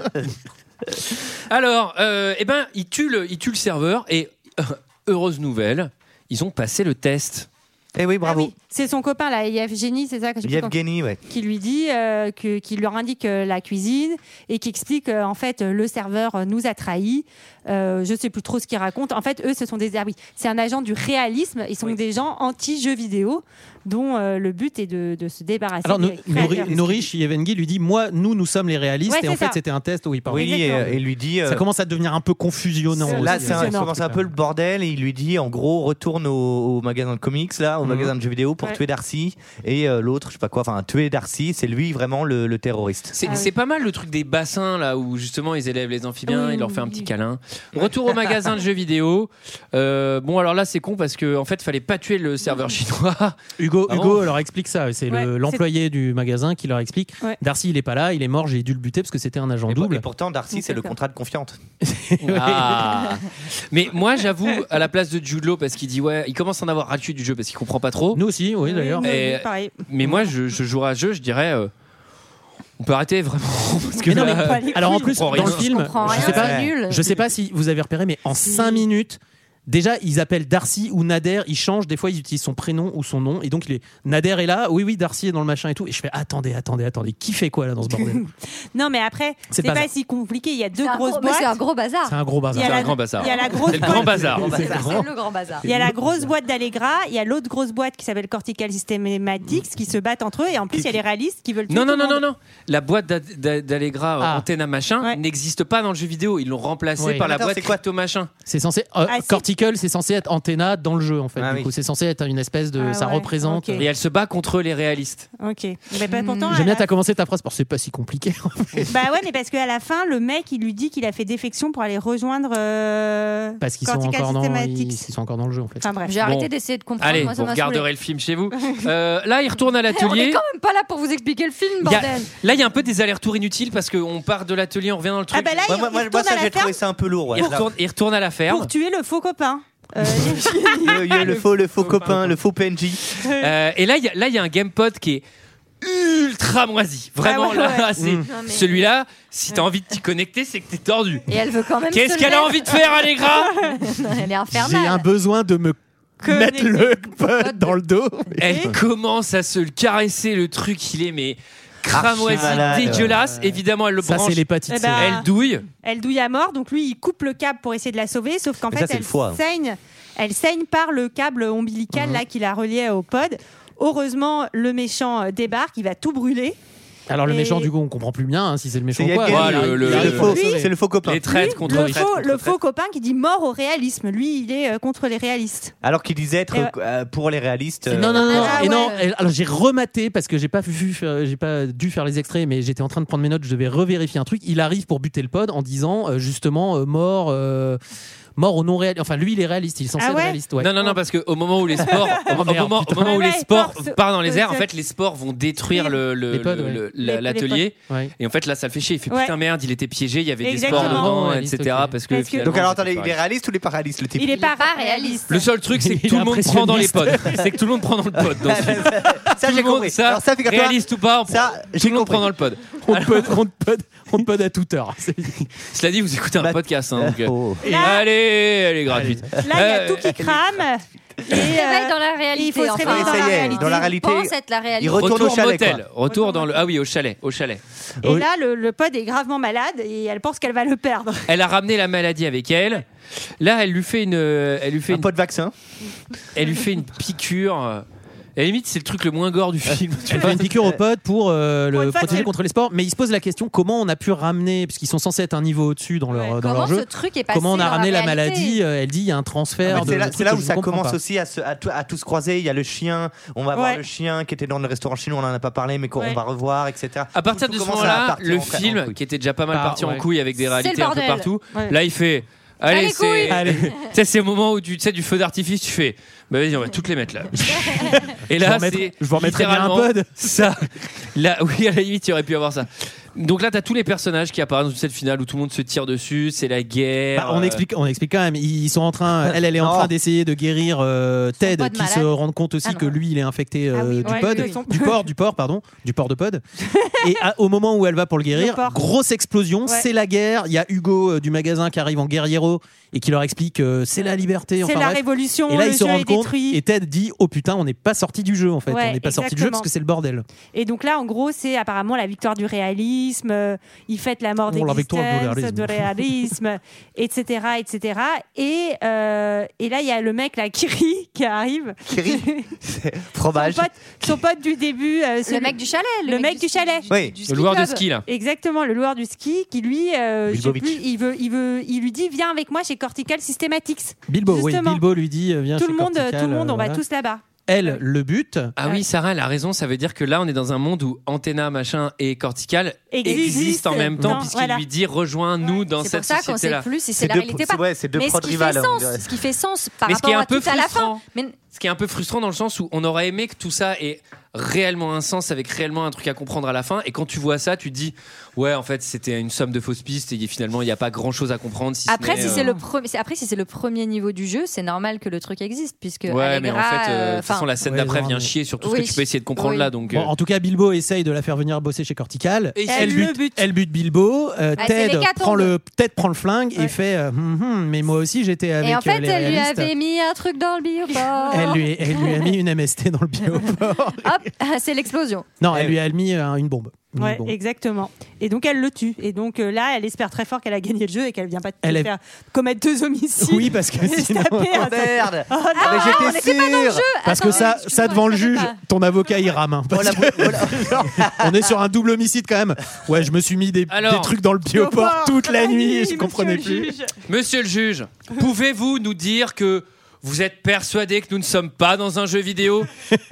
Alors, euh, eh ben, il tue le, il tue le serveur et euh, heureuse nouvelle, ils ont passé le test. Eh oui, bravo. Ah C'est son copain là, Yevgeny, c'est ça que je sais plus comment- Yevgeny, ouais. qui lui dit euh, que qui leur indique euh, la cuisine et qui explique euh, en fait euh, le serveur euh, nous a trahis. Euh, je sais plus trop ce qu'il raconte. En fait, eux, ce sont des ah oui, c'est un agent du réalisme. Ils sont des gens anti jeux vidéo dont euh, le but est de, de se débarrasser. Alors, des no, Nori- créateurs. Norish Yevengi lui dit Moi, nous, nous sommes les réalistes. Ouais, et en c'est fait, ça. c'était un test où il parlait. Oui, Exactement. et- et lui dit, euh, ça commence à devenir un peu confusionnant. Là, aussi. c'est un- ça commence un peu le bordel et il lui dit en gros retourne au, au magasin de comics là, au magasin de jeux vidéo pour Ouais. tuer Darcy et euh, l'autre, je sais pas quoi, enfin tuer Darcy, c'est lui vraiment le, le terroriste. C'est c'est pas mal le truc des bassins là où justement ils élèvent les amphibiens, Oui, ils leur fait un petit câlin. Retour au magasin de jeux vidéo. Euh, bon alors là c'est con parce que en fait fallait pas tuer le serveur chinois. Hugo, Ah Hugo bon leur explique ça. C'est le- Ouais, c'est- l'employé du magasin qui leur explique. Ouais. Darcy, il est pas là, il est mort, j'ai dû le buter parce que c'était un agent double. Et pourtant, Darcy, c'est le contrat de confiante. Ah. Mais moi, j'avoue, à la place de Jude Law, parce qu'il dit ouais, il commence à en avoir ras le cul du jeu parce qu'il comprend pas trop. Nous aussi, Ah oui d'ailleurs. Et- Oui, pareil. Euh, Mais moi, je, je jouerais à ce jeu, je dirais. euh, on peut arrêter vraiment. Parce que Mais non, là, mais- euh, alors en plus, on dans comprend le rien. film, je sais, pas, je sais pas si vous avez repéré, mais en 5 minutes, déjà, ils appellent Darcy ou Nader, ils changent, des fois, ils utilisent son prénom ou son nom, et donc il est Nader est là, oui, oui, Darcy est dans le machin et tout, et je fais attendez, attendez, attendez, qui fait quoi là dans ce bordel Non, mais après, C'est c'est pas bazar. si compliqué. Il y a deux C'est un grosses gros- mais boîtes. c'est un gros bazar. C'est un gros bazar. Ah. Il y a C'est la- un grand bazar. Il y a la grosse C'est le grand boîte- bazar. Eh C'est ben, grand. le grand bazar. Il y a la grosse boîte d'Allegra, il y a l'autre grosse boîte qui s'appelle Cortical Systematics qui se battent entre eux et en plus il y a les réalistes qui veulent tuer Non, non, tout non, le non, monde. non. La boîte d'A- d'A- d'Allegra, euh, Ah. Antenna machin, n'existe pas dans le jeu vidéo. Ils l'ont remplacée Oui. par la Attends, boîte c'est quoi crypto machin. C'est censé euh, Ah, si. Cortical, c'est censé être Antenna dans le jeu en fait. Ah du oui. coup, c'est censé être une espèce de, Ah ça ouais, représente. ok. Et elle se bat contre les réalistes. Ok. Mais bah, Ah pourtant, à J'aime bien, la- t'as commencé ta phrase parce que c'est pas si compliqué. en fait. bah ouais, mais parce qu'à la fin, le mec il lui dit qu'il a fait défection pour aller rejoindre. euh, Parce qu'ils sont Cortical encore dans, ils, Systematics. ils sont encore dans le jeu en fait. Enfin, bref. J'ai arrêté d'essayer de comprendre. Allez, moi, ça vous m'a regarderez saoulé. le film chez vous. Euh, là, ils retournent à On est l'atelier. quand même pas là pour vous expliquer le film, Il y a- bordel. là, il y a un peu des allers-retours inutiles parce qu'on part de l'atelier, on revient dans le truc. Ah bah là, Ouais, il- moi- il moi, retourne ça, à la j'ai trouvé ferme. ça un peu lourd. Il, retourne, il retourne à la ferme. Pour tuer le faux copain. Euh, le, le- le faux, le faux copain, le faux PNJ. Euh, et là, il y a- là, il y a un gamepod qui est ultra moisi. Vraiment, Ah ouais, ouais. là, c'est Mm. Non, mais- celui-là. Si t'as envie de t'y connecter, c'est que t'es tordu. Et elle veut quand même. Qu'est-ce se qu'elle a lever. envie de faire, Allegra Non, Elle est J'ai infernale. un besoin de me mettre le pod dans le dos. Elle commence à se le caresser, le truc, il est mais cramoisi, malade. dégueulasse. Évidemment, elle le Ça, branche. c'est l'hépatite Eh C. ben- Elle douille. Elle douille à mort, donc lui il coupe le câble pour essayer de la sauver, sauf qu'en Mais fait ça, c'est elle le hein. foie. saigne, elle saigne par le câble ombilical Mhm. là qui la reliait au pod. Heureusement, le méchant euh, débarque, il va tout brûler. Alors le Et- méchant du coup on comprend plus bien hein, si c'est le méchant C'est ou quoi. Yakel, Ouais, le- il- le- il arrive le pour faux- sauver. c'est le faux copain. Les traites Le, contre les faux, le faux copain qui dit mort au réalisme, lui il est euh, contre les réalistes. Alors qu'il disait être Et ouais. euh, pour les réalistes. euh, Non non non, non, Ah et non, ouais. et- alors j'ai rematé parce que j'ai pas vu euh, j'ai pas dû faire les extraits mais j'étais en train de prendre mes notes, je devais revérifier un truc, il arrive pour buter le pod en disant euh, justement euh, mort euh, mort au non réaliste. Enfin lui il est réaliste, il est censé Ah ouais être réaliste, ouais. Non, non, non, parce qu'au moment où les sports, au, Oh, au merde, moment, au putain. moment où Ouais, les ouais, sports force- partent dans les airs, en force- fait, les sports vont détruire le- le- Les pods, le- ouais. le- Les- la- les l'atelier. Ouais. Et en fait, là, ça le fait chier. Il fait Ouais. putain merde, il était piégé, il y avait des sports Exactement. dedans, Ouais, etc. liste, ok. Parce que, Parce que- finalement, Donc alors c'était attendez, il pareil. est réaliste ou il est pas réaliste le type Il est pas, Pas réaliste. Le seul truc, c'est que Il tout est le monde prend dans les pods. impressionniste. C'est que tout le monde prend dans le pod. dans ce film. Ça Tout le j'ai monde- compris. ça, Alors ça fait réaliste ou pas, on prend- Ça tout j'ai le monde compris. prend dans le pod. On te pod, on te pod, on te pod à toute heure. C'est- Cela dit, vous écoutez un podcast. hein, donc, euh, Bah, Oh. Là- Allez, elle est gratuite. Là il y a Euh, tout qui crame. Et, Il se euh, réveille dans la réalité. il faut se enfin. réveiller dans Ça la y est, réalité. dans la réalité. Il pense être la réalité. Il retourne au chalet, motel. quoi. Retour dans le. Ah oui, au chalet. Au chalet. euh, Et là le, le pod est gravement malade et elle pense qu'elle va le perdre. Elle a ramené la maladie avec elle. Là, elle lui fait une. euh, Elle lui fait Un une. pot de vaccin. Elle lui fait une piqûre. euh, Et à la limite, c'est le truc le moins gore du film. tu Elle vois. fait une piqûre au pod pour euh, Pour le une fois, protéger c'est- contre les sports, mais il se pose la question comment on a pu ramener, puisqu'ils sont censés être un niveau au-dessus dans leur, dans Comment leur jeu, ce truc est passé comment on a dans ramené la réalité maladie euh, Elle dit il y a un transfert. Mais de- C'est de là, trucs c'est là que où je ça comprends commence pas. aussi à, se- à, tout- à tout se croiser. Il y a le chien, on va voir Ouais. le chien qui était dans le restaurant chinois, on en a pas parlé, mais qu'on Ouais. va revoir, etc. À partir Tout- de tout ce commence à moment-là, partir le en- en film, couille. qui était déjà pas mal Par- parti en Bah, ouais. couille avec des le réalités un peu bordel. partout, Ouais. là, il fait. les Allez, couilles. c'est. Tu sais, c'est au moment où tu tu sais du feu d'artifice, tu fais. Bah vas-y, on va toutes les mettre là. Et Je vous là, c'est. remettrai- je vous remettrai bien un littéralement pod. Ça. Là, oui, à la limite, il aurait pu avoir ça. Donc là, t'as tous les personnages qui apparaissent dans cette finale où tout le monde se tire dessus, c'est la guerre. Bah, on, euh, explique, on explique quand même, ils sont en train, elle, elle est en Oh. train d'essayer de guérir euh, Ted, pod qui malade. se rend compte aussi Ah non. que lui, il est infecté euh, Ah oui, du ouais, pod, oui, oui, oui. du port, du port, pardon, du port de pod. Et à- au moment où elle va pour le guérir, Le porc. grosse explosion, Ouais. c'est la guerre. Il y a Hugo euh, du magasin qui arrive en guerriero et qui leur explique euh, c'est la liberté. C'est enfin la bref. révolution. Et là, le ils se jeu est rendent compte. détruit. Et Ted dit Oh putain, on n'est pas sorti du jeu en fait. Ouais, on n'est pas sorti du jeu exactement. parce que c'est le bordel. Et donc là, en gros, c'est apparemment la victoire du réalisme. euh, Ils fêtent la mort Oh, la victoire du d'existence, du réalisme, etc., etc. Et, euh, et là, il y a le mec là, qui rit, qui arrive. Qui rit. C'est Son Fromage. pote, son pote du début. euh, Le celui- mec du chalet. le mec du chalet. Oui. Le joueur de ski, là. Exactement, le loueur du ski qui lui, euh, je sais Bilbovic. plus, il veut, il veut, il lui dit viens avec moi chez Cortical Systematics. Bilbo, oui, Justement. Bilbo lui dit euh, Viens, tout chez le monde, Cortical, tout le monde, euh, on voilà. va tous là-bas. Elle, le but, Ah oui, Sarah, elle a raison. Ça veut dire que là, on est dans un monde où Antenna, machin et Cortical existent en même temps, Non, puisqu'il voilà. lui dit rejoins-nous dans C'est cette pour ça qu'on sait société-là. plus si c'est la réalité ou pas. Mais ce qui fait sens, ce qui fait sens par Mais ce qui est rapport un peu à tout à la fin. frustrant. Mais Ce qui est un peu frustrant dans le sens où on aurait aimé que tout ça ait réellement un sens avec réellement un truc à comprendre à la fin. Et quand tu vois ça, tu te dis ouais, en fait, c'était une somme de fausses pistes et finalement, il n'y a pas grand chose à comprendre. Si ce après, n'est, si euh, c'est le premier, c'est- après si c'est le premier niveau du jeu, c'est normal que le truc existe puisque Ouais, mais en Allegra, fait, euh, de euh, toute façon, enfin, la scène Ouais, d'après non, vient mais- chier sur tout ce Oui. que tu peux essayer de comprendre Oui. là. Donc, Bon, euh, en tout cas, Bilbo essaye de la faire venir bosser chez Cortical. Et elle, c'est bute, le elle bute Bilbo. euh, Ah, c'est Ted, l'hécatombe. prend le, Ted prend le flingue et fait euh, Hum, hum, Mais moi aussi, j'étais avec et en euh, fait, les elle lui réalistes. avait mis un truc dans le bioport. Elle lui, elle lui a mis une MST dans le bioport. Hop, c'est l'explosion. Non, elle lui a mis euh, une bombe. Une Ouais, bombe. exactement. Et donc elle le tue. Et donc euh, là, elle espère très fort qu'elle a gagné le jeu et qu'elle vient pas de Elle est- faire commettre deux homicides. Oui, parce que et se sinon- taper un- Oh, merde. Oh, non. Ah, mais j'étais on était pas dans le sûr. jeu. Ah Parce que ça, ça devant le juge, ton avocat il rame. hein, parce que- on est sur un double homicide quand même. Ouais, je me suis mis des, Alors, des trucs dans le bioport bioport, toute Ah la toute la nuit, nuit, je comprenais monsieur le plus. juge. Monsieur le juge, pouvez-vous nous dire que vous êtes persuadé que nous ne sommes pas dans un jeu vidéo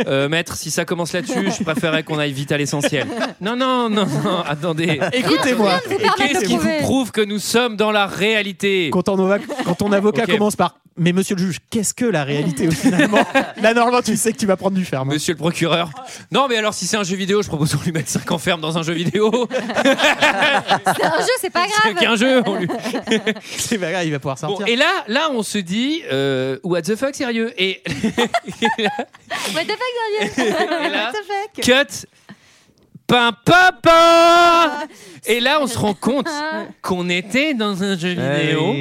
Euh, Maître, si ça commence là-dessus, je préférerais qu'on aille vite à l'essentiel. Non, non, non, non, attendez. Écoutez-moi. Et qu'est-ce qui vous prouve que nous sommes dans la réalité Quand ton, ava- quand ton avocat Ok. commence par Mais monsieur le juge, qu'est-ce que la réalité finalement Là, normalement, tu sais que tu vas prendre du ferme. Monsieur le procureur. Non, mais alors si c'est un jeu vidéo, je propose qu'on lui mette 5 ans ferme dans un jeu vidéo. C'est un jeu, c'est pas C'est Ah, grave. qu'un jeu. on lui- C'est pas grave, il va pouvoir Bon, sortir. et là, là, on se dit, euh, what the fuck, sérieux Et What the fuck, Xavier Et là, What the fuck cut Pim, pam, pam Et là, on se rend compte qu'on était dans un jeu Ah vidéo.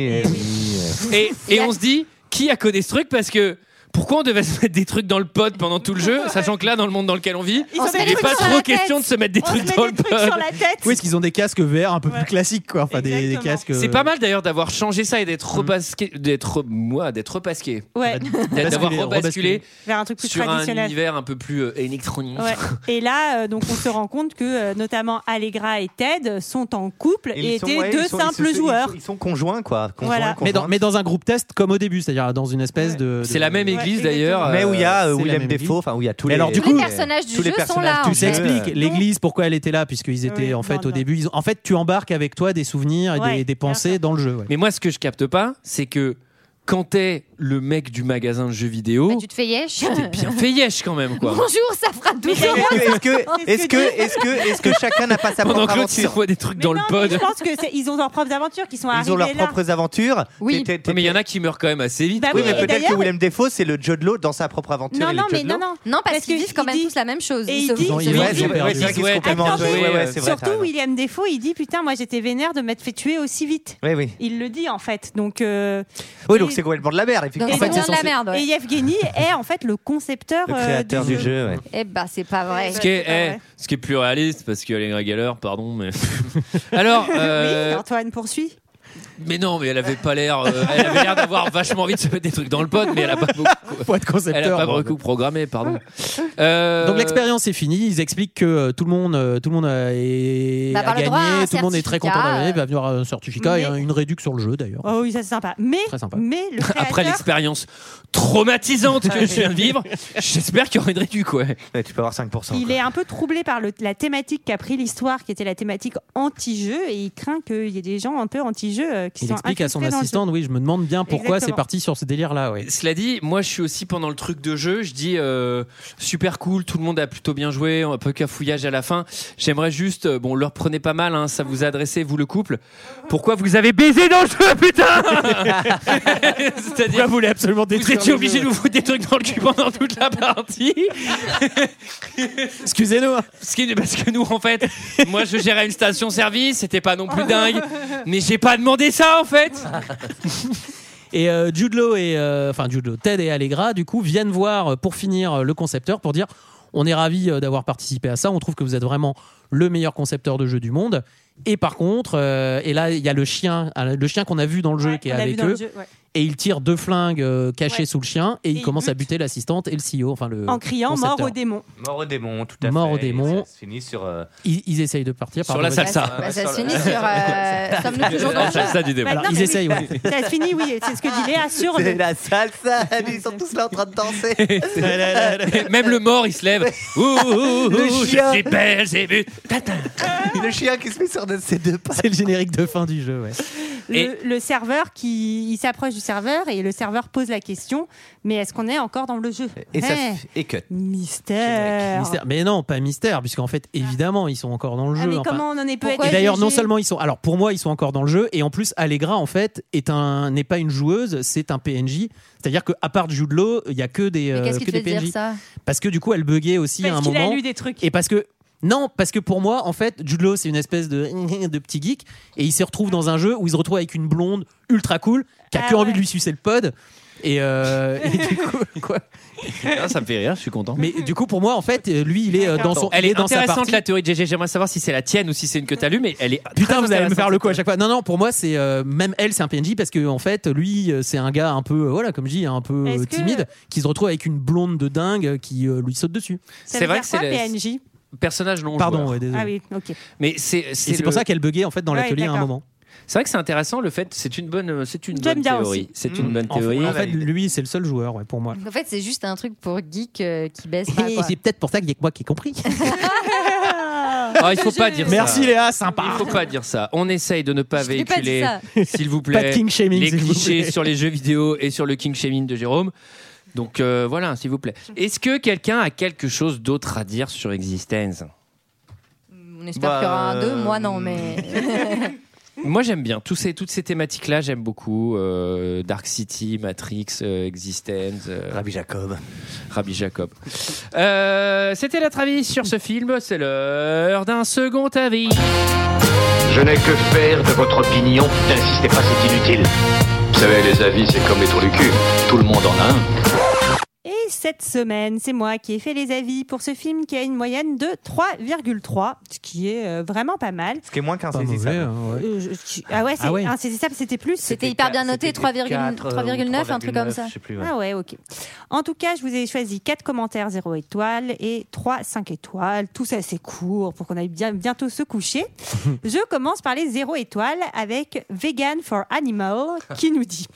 Et, et on se dit, qui a codé ce truc Parce que pourquoi on devait se mettre des trucs dans le pod pendant tout le jeu, sachant que là, dans le monde dans lequel on vit, On se met il des n'est pas trucs sur trop la tête. question de se mettre des On se trucs met dans des le trucs pod. sur la tête. Oui, parce qu'ils ont des casques VR un peu plus classiques, quoi. Enfin, des, des casques. Euh. C'est pas mal d'ailleurs d'avoir changé ça et d'être Mm. repasqué, d'être moi, d'être repasqué, Ouais. D'être- d'avoir Rebasculé, rebasculé Vers un truc plus sur un traditionnel. univers un peu plus euh, électronique. Ouais. Et là, euh, donc, on se rend compte que euh, notamment Allegra et Ted sont en couple Ils et sont- étaient ouais, deux ils sont- ils simples se- ils sont- joueurs. Ils sont conjoints, quoi. Conjoints, Euh, Voilà. conjointes. Mais dans, mais dans un groupe test comme au début, c'est-à-dire dans une espèce de. C'est la même église d'ailleurs. Mais où il y a euh, c'est la William même Defoe, enfin où il y a tous Mais les. alors, du Tous les personnages du tous les jeu sont personnages là. du en Tu fait. t'expliques l'église pourquoi elle était là puisqu'ils étaient Oui, en fait non, au non. début ils ont- en fait tu embarques avec toi des souvenirs et Ouais, des, des bien pensées dans le jeu ouais. Mais moi, ce que je capte pas, c'est que quand t'es le mec du magasin de jeux vidéo, Bah, Bah, Tu te fais yesh t'es bien fait yesh quand même, quoi. Bonjour, ça fera 12 ans. Est-ce que, est-ce que, est-ce que, est-ce que chacun n'a pas sa Pendant propre que l'autre il aventure s'envoie des trucs dans le pod. Je pense que c'est- ils ont leurs propres aventures qui sont Ils arrivées ont leurs là. propres aventures. Oui. T'es- t'es- Ouais, mais il y en a qui meurent quand même assez vite. Bah Oui, oui, mais et peut-être que d'ailleurs- Willem Defoe, c'est le Joe de l'autre dans sa propre aventure. Non, il est non, le mais Joe de non, l'autre. non. Non, parce Parce qu'ils que vivent quand il même dit- tous la même chose. Et Ils il se- dit- Ils ont- Ils ils ont- ouais, c'est ils vrai, ont- c'est vrai qu'ils se Ouais, complètent. attendez, Ouais, ouais, euh, c'est vrai, t'as Surtout raison. William Defoe, il dit putain, moi j'étais vénère de m'être fait tuer aussi vite. Oui, oui. Il le dit en fait. Donc euh, Oui, donc c'est complètement de la merde, et effectivement. donc- Et Yevgeny est en fait le concepteur Le euh, créateur du jeu, ouais. Eh ben, c'est pas vrai. Ce qui, est, eh, ce qui est plus réaliste, parce que Allegra Galler, pardon, mais. Alors. euh, Oui, Antoine poursuit. mais non, mais elle avait pas l'air. euh, elle avait l'air d'avoir vachement envie de se mettre des trucs dans le pod, mais elle a pas beaucoup. Faut être concepteur, Elle a pas bon. beaucoup programmé, pardon. Euh, donc l'expérience est finie ils expliquent que euh, tout le monde euh, tout le monde a, est- Bah, a par le gagné droit à un tout le monde est très certificat, content d'avoir euh. il va venir un certificat et Mais- un- une réduction sur le jeu d'ailleurs Oh oui, ça c'est sympa. Mais, hein. Très sympa. mais le créateur, Après l'expérience traumatisante que je viens de vivre, j'espère qu'il y aura une réduction, quoi. tu peux avoir 5%. il est un peu troublé par le- la thématique qu'a pris l'histoire, qui était la thématique anti-jeu, et il craint qu'il y ait des gens un peu anti-jeu euh, qui il sont explique à son infiltrés dans le assistante jeu. oui je me demande bien pourquoi c'est Exactement. parti sur ce délire là ouais Cela dit, moi je suis aussi pendant le truc de jeu, je dis euh, super cool, tout le monde a plutôt bien joué, un peu cafouillage à la fin. J'aimerais juste, euh, bon, leur prenez pas mal, hein, ça vous a adressé, vous le couple. Pourquoi vous avez baisé dans le jeu, putain C'est-à-dire, vous voulez absolument vous détruire étiez le obligé jeu. de vous foutre des trucs dans le cul pendant toute la partie. excusez-nous hein. Parce que, parce que nous, en fait, moi je gérais une station-service, c'était pas non plus dingue, mais j'ai pas demandé ça en fait. Et euh, Jude Law et euh, enfin Jude Law, Ted et Allegra du coup viennent voir euh, pour finir euh, le concepteur pour dire on est ravi d'avoir participé à ça, on trouve que vous êtes vraiment le meilleur concepteur de jeu du monde. Et par contre, euh, et là il y a le chien, euh, le chien qu'on a vu dans le jeu qui est On l'a vu avec dans le eux. jeu, ouais. et il tire deux flingues euh, cachées sous le chien et, il commence à buter l'assistante et le CEO, enfin le En criant mort concepteur. au démon. Mort au démon, tout à Mort fait. au démon. Et Ça se finit sur. euh, Ils, ils essayent de partir Sur par la le mauvais- salsa. Bah, ça Ah, se finit sur, euh, sommes-nous toujours dans le jeu Alors, Maintenant, ils Bah, oui. essayent, oui. Ça se finit, oui, c'est ce que dit Léa sur C'est le- la salsa, ils sont tous là en train de danser. Même le mort, il se lève. Ouh, ouh, Le ouh, je chien. suis belle, j'ai vu. le chien qui se met sur de- ses deux pattes. C'est le générique de fin du jeu, ouais. le, le serveur qui il s'approche du serveur et le serveur pose la question mais est-ce qu'on est encore dans le jeu Et ça Eh, se- et cut. mystère. Mystère. Mais non, pas mystère, puisqu'en fait, évidemment, ils sont encore dans le Ah, jeu. mais enfin. comment on en est peut Et d'ailleurs, non seulement ils sont. Alors, pour moi, ils sont encore dans le jeu, et en plus, Allegra, en fait, est un n'est pas une joueuse, c'est un PNJ. C'est-à-dire qu'à part Jude Law, il y a que des. euh, qu'est-ce qui que te des fait dire PNJ. ça Parce que du coup, elle buguait aussi Parce à un qu'il a moment. lu des trucs. Et parce que. Non, parce que pour moi, en fait, Jude Law, c'est une espèce de, de petit geek, et il se retrouve dans un jeu où il se retrouve avec une blonde ultra cool, qui a Ah que envie de lui sucer le pod. Et, euh, et du coup, quoi Ah, ça me fait rire, je suis content. Mais du coup, pour moi, en fait, lui, il est euh, dans son. Elle il est, dans sa intéressante partie. la théorie de GG. J'aimerais savoir si c'est la tienne ou si c'est une que t'as lue, mais elle est. Putain, vous allez me faire le coup à chaque fois. Non, non, pour moi, c'est euh, même elle, c'est un PNJ parce que en fait, lui, euh, c'est un gars un peu, euh, voilà, comme je dis, un peu euh, Est-ce que- timide, qui se retrouve avec une blonde de dingue euh, qui euh, lui saute dessus. c'est vrai que c'est PNJ Personnage non Pardon, joueur. ouais, désolé. ah oui ok Mais c'est Et c'est pour ça qu'elle buguait en fait dans Ouais, l'atelier à un d'accord. moment. C'est vrai que c'est intéressant le fait. C'est une bonne. C'est une J'aime bonne bien théorie. aussi. C'est une bonne En fait- théorie. En fait, lui, c'est le seul joueur, ouais, pour moi. En fait, c'est juste un truc pour geek euh, qui baisse Bah, pas. Et quoi. c'est peut-être pour ça qu'il y a que moi qui ai compris. Ah, il faut pas dire ça. Merci Léa, sympa. Il faut pas dire ça. On essaye de ne pas t'ai pas dit véhiculer, ça. s'il vous Pas plaît, de king shaming, les s'il vous clichés plaît. sur les jeux vidéo et sur le king shaming de Jérôme. Donc euh, voilà, s'il vous plaît. Est-ce que quelqu'un a quelque chose d'autre à dire sur Existence On espère Bah, qu'il y aura un 2. euh, Moi, non, mais. Moi, j'aime bien tous ces, toutes ces thématiques-là. J'aime beaucoup euh, Dark City, Matrix, euh, Existence, Rabbi Jacob, Rabbi Jacob. Euh, C'était la avis sur ce film. C'est l'heure d'un second avis. Je n'ai que faire de votre opinion. N'insistez pas, c'est inutile. Vous savez, les avis, c'est comme les trous du cul. Tout le monde en a un. Et cette semaine, c'est moi qui ai fait les avis pour ce film qui a une moyenne de 3,3, ce qui est euh, vraiment pas mal. Ce qui est moins qu'un saisissable. hein. hein. Euh, je- je- ah ouais, c'est Ah ouais. insaisissable, c'était plus. C'était hyper bien noté, c'était 3,9, 3,9, un truc comme ça. Je sais plus, ouais. Ah ouais, ok. En tout cas, je vous ai choisi 4 commentaires 0 étoiles et 3 5 étoiles, tout ça c'est court pour qu'on aille bien, bientôt se coucher. je commence par les 0 étoiles avec Vegan for Animal qui nous dit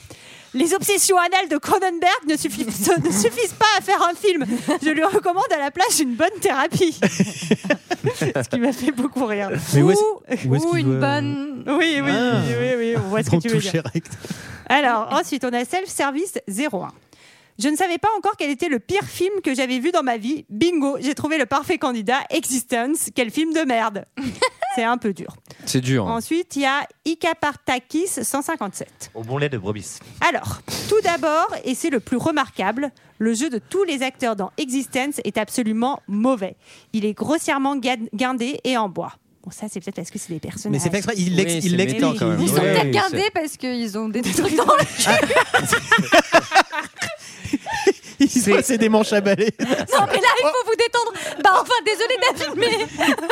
les obsessions anales de Cronenberg ne suffisent, ne suffisent pas à faire un film. Je lui recommande à la place une bonne thérapie. ce qui m'a fait beaucoup rire. Mais où est-ce- Ou- où est-ce ou qu'il une veut- bonne. Oui, oui, Ah. oui, oui, oui, on voit ce que Dans tu tout veux dire. Shrek. Alors, ensuite, on a Self-Service 01. Je ne savais pas encore quel était le pire film que j'avais vu dans ma vie. Bingo, j'ai trouvé le parfait candidat, Existence. Quel film de merde C'est un peu dur. C'est dur. hein. Oh, Ensuite, il y a Ikapartakis 157. Au bon lait de brebis. Alors, tout d'abord, et c'est le plus remarquable, le jeu de tous les acteurs dans Existence est absolument mauvais. Il est grossièrement ga- guindé et en bois. Bon, ça, c'est peut-être parce que c'est des personnages. Mais c'est fait exprès, il l'ex- il l'explique. Ils sont Ouais, peut-être ouais, gardés parce qu'ils ont des trucs dans le c'est- c'est- C'est des manches à balai. Non, mais là, il faut vous détendre. Bah, enfin, désolé, David,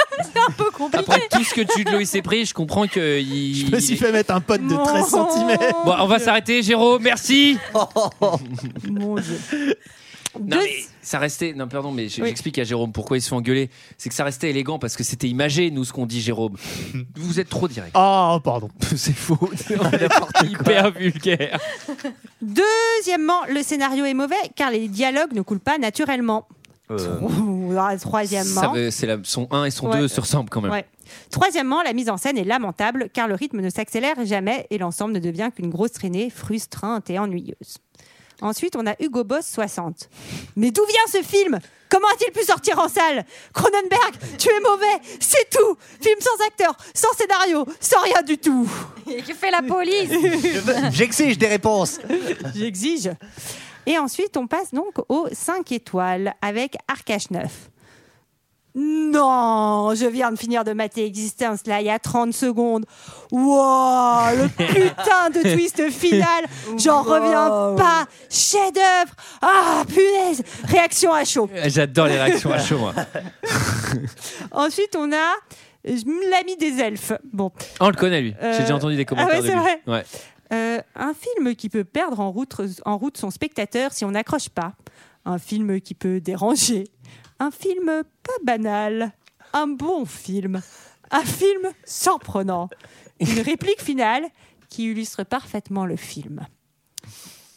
mais c'est un peu compliqué. Après tout ce que Jude Law il s'est pris, je comprends que il. Je me suis fait mettre un pote de 13 cm. Bon, on va s'arrêter, Géraud. Merci. Mon Dieu. Non, mais ça restait. Non, pardon, mais j- j'explique à Jérôme pourquoi ils se font engueuler. C'est que ça restait élégant parce que c'était imagé, nous, ce qu'on dit, Jérôme. Vous êtes trop direct. Oh, pardon. C'est faux. Hyper vulgaire. Deuxièmement, le scénario est mauvais car les dialogues ne coulent pas naturellement. Euh, Ouh, ah, Troisièmement. Ça veut- c'est la- son 1 et son Ouais. 2 se ressemblent quand même. Ouais. Troisièmement, la mise en scène est lamentable car le rythme ne s'accélère jamais et l'ensemble ne devient qu'une grosse traînée frustrante et ennuyeuse. Ensuite, on a Hugo Boss 60. Mais d'où vient ce film Comment a-t-il pu sortir en salle Cronenberg, tu es mauvais, c'est tout Film sans acteur, sans scénario, sans rien du tout Qui fait la police J'exige des réponses. J'exige. Et ensuite, on passe donc aux 5 étoiles avec Arcache 9. Non, je viens de finir de mater Existence là il y a 30 secondes. Wow, le putain de twist final, j'en reviens pas. Chef-d'œuvre. Ah, punaise. Réaction à chaud. J'adore les réactions à chaud, moi. Ensuite, on a euh, l'ami des elfes. Bon, Ah, on le connaît, lui. J'ai Euh, déjà entendu des ah commentaires ouais, de c'est lui. vrai. Ouais. Euh, un film qui peut perdre en route, en route son spectateur si on n'accroche pas. Un film qui peut déranger. Un film pas banal. Un bon film. Un film surprenant. Une réplique finale qui illustre parfaitement le film.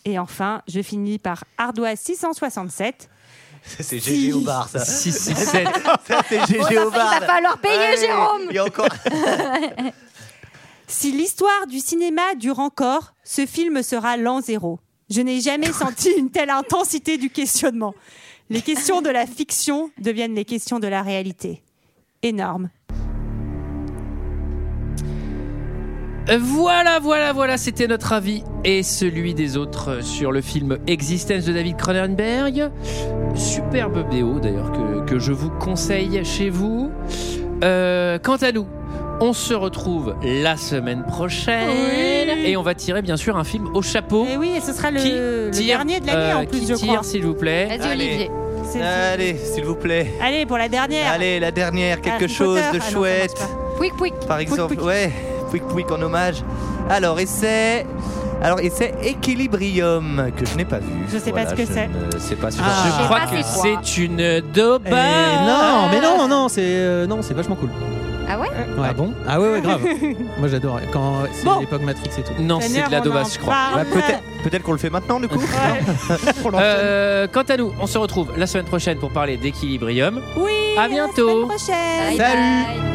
Et enfin, je finis par Ardoise 667. Ça, c'est GG au bar, ça. Si, si, sept. Ça, c'est Oh, Bon, GG ça, au bar. il va falloir payer, Jérôme. Il y a encore. Si l'histoire du cinéma dure encore, ce film sera l'an zéro. Je n'ai jamais senti une telle intensité du questionnement. Les questions de la fiction deviennent les questions de la réalité. Énorme. Voilà, voilà, voilà, c'était notre avis et celui des autres sur le film Existence de David Cronenberg. Superbe BO d'ailleurs que, que je vous conseille chez vous. Euh, quant à nous, on se retrouve la semaine prochaine Oui. et on va tirer bien sûr un film au chapeau. Et Eh oui, et ce sera le, Qui le tire, dernier de l'année euh, en plus, qui je tire, crois. s'il vous plaît. Vas-y, Olivier. C'est- Allez, s'il vous plaît. Allez, pour la dernière. Euh, Allez, la dernière, quelque Harry chose Potter. de Ah non, ça chouette. Pouic, pouic. Par exemple, ouais, Pouic Pouic en hommage. Alors, et c'est. Alors, et c'est Equilibrium, que je n'ai pas vu. Je sais pas ce que c'est. Je ne sais pas ce que Ah. c'est. Je Je crois que c'est une dope. Eh, Ah. non, mais non, non, c'est euh, non, c'est vachement cool. Ah ouais Ah bon Ah ouais, ouais, grave. Moi j'adore quand c'est l'époque Matrix et tout. Non, c'est de la dommage, je crois. Ah. Bah, peut-être peut-être qu'on le fait maintenant, du coup. Euh, quant à nous, on se retrouve la semaine prochaine pour parler d'Equilibrium. Oui. À bientôt. prochaine. Salut. Bye.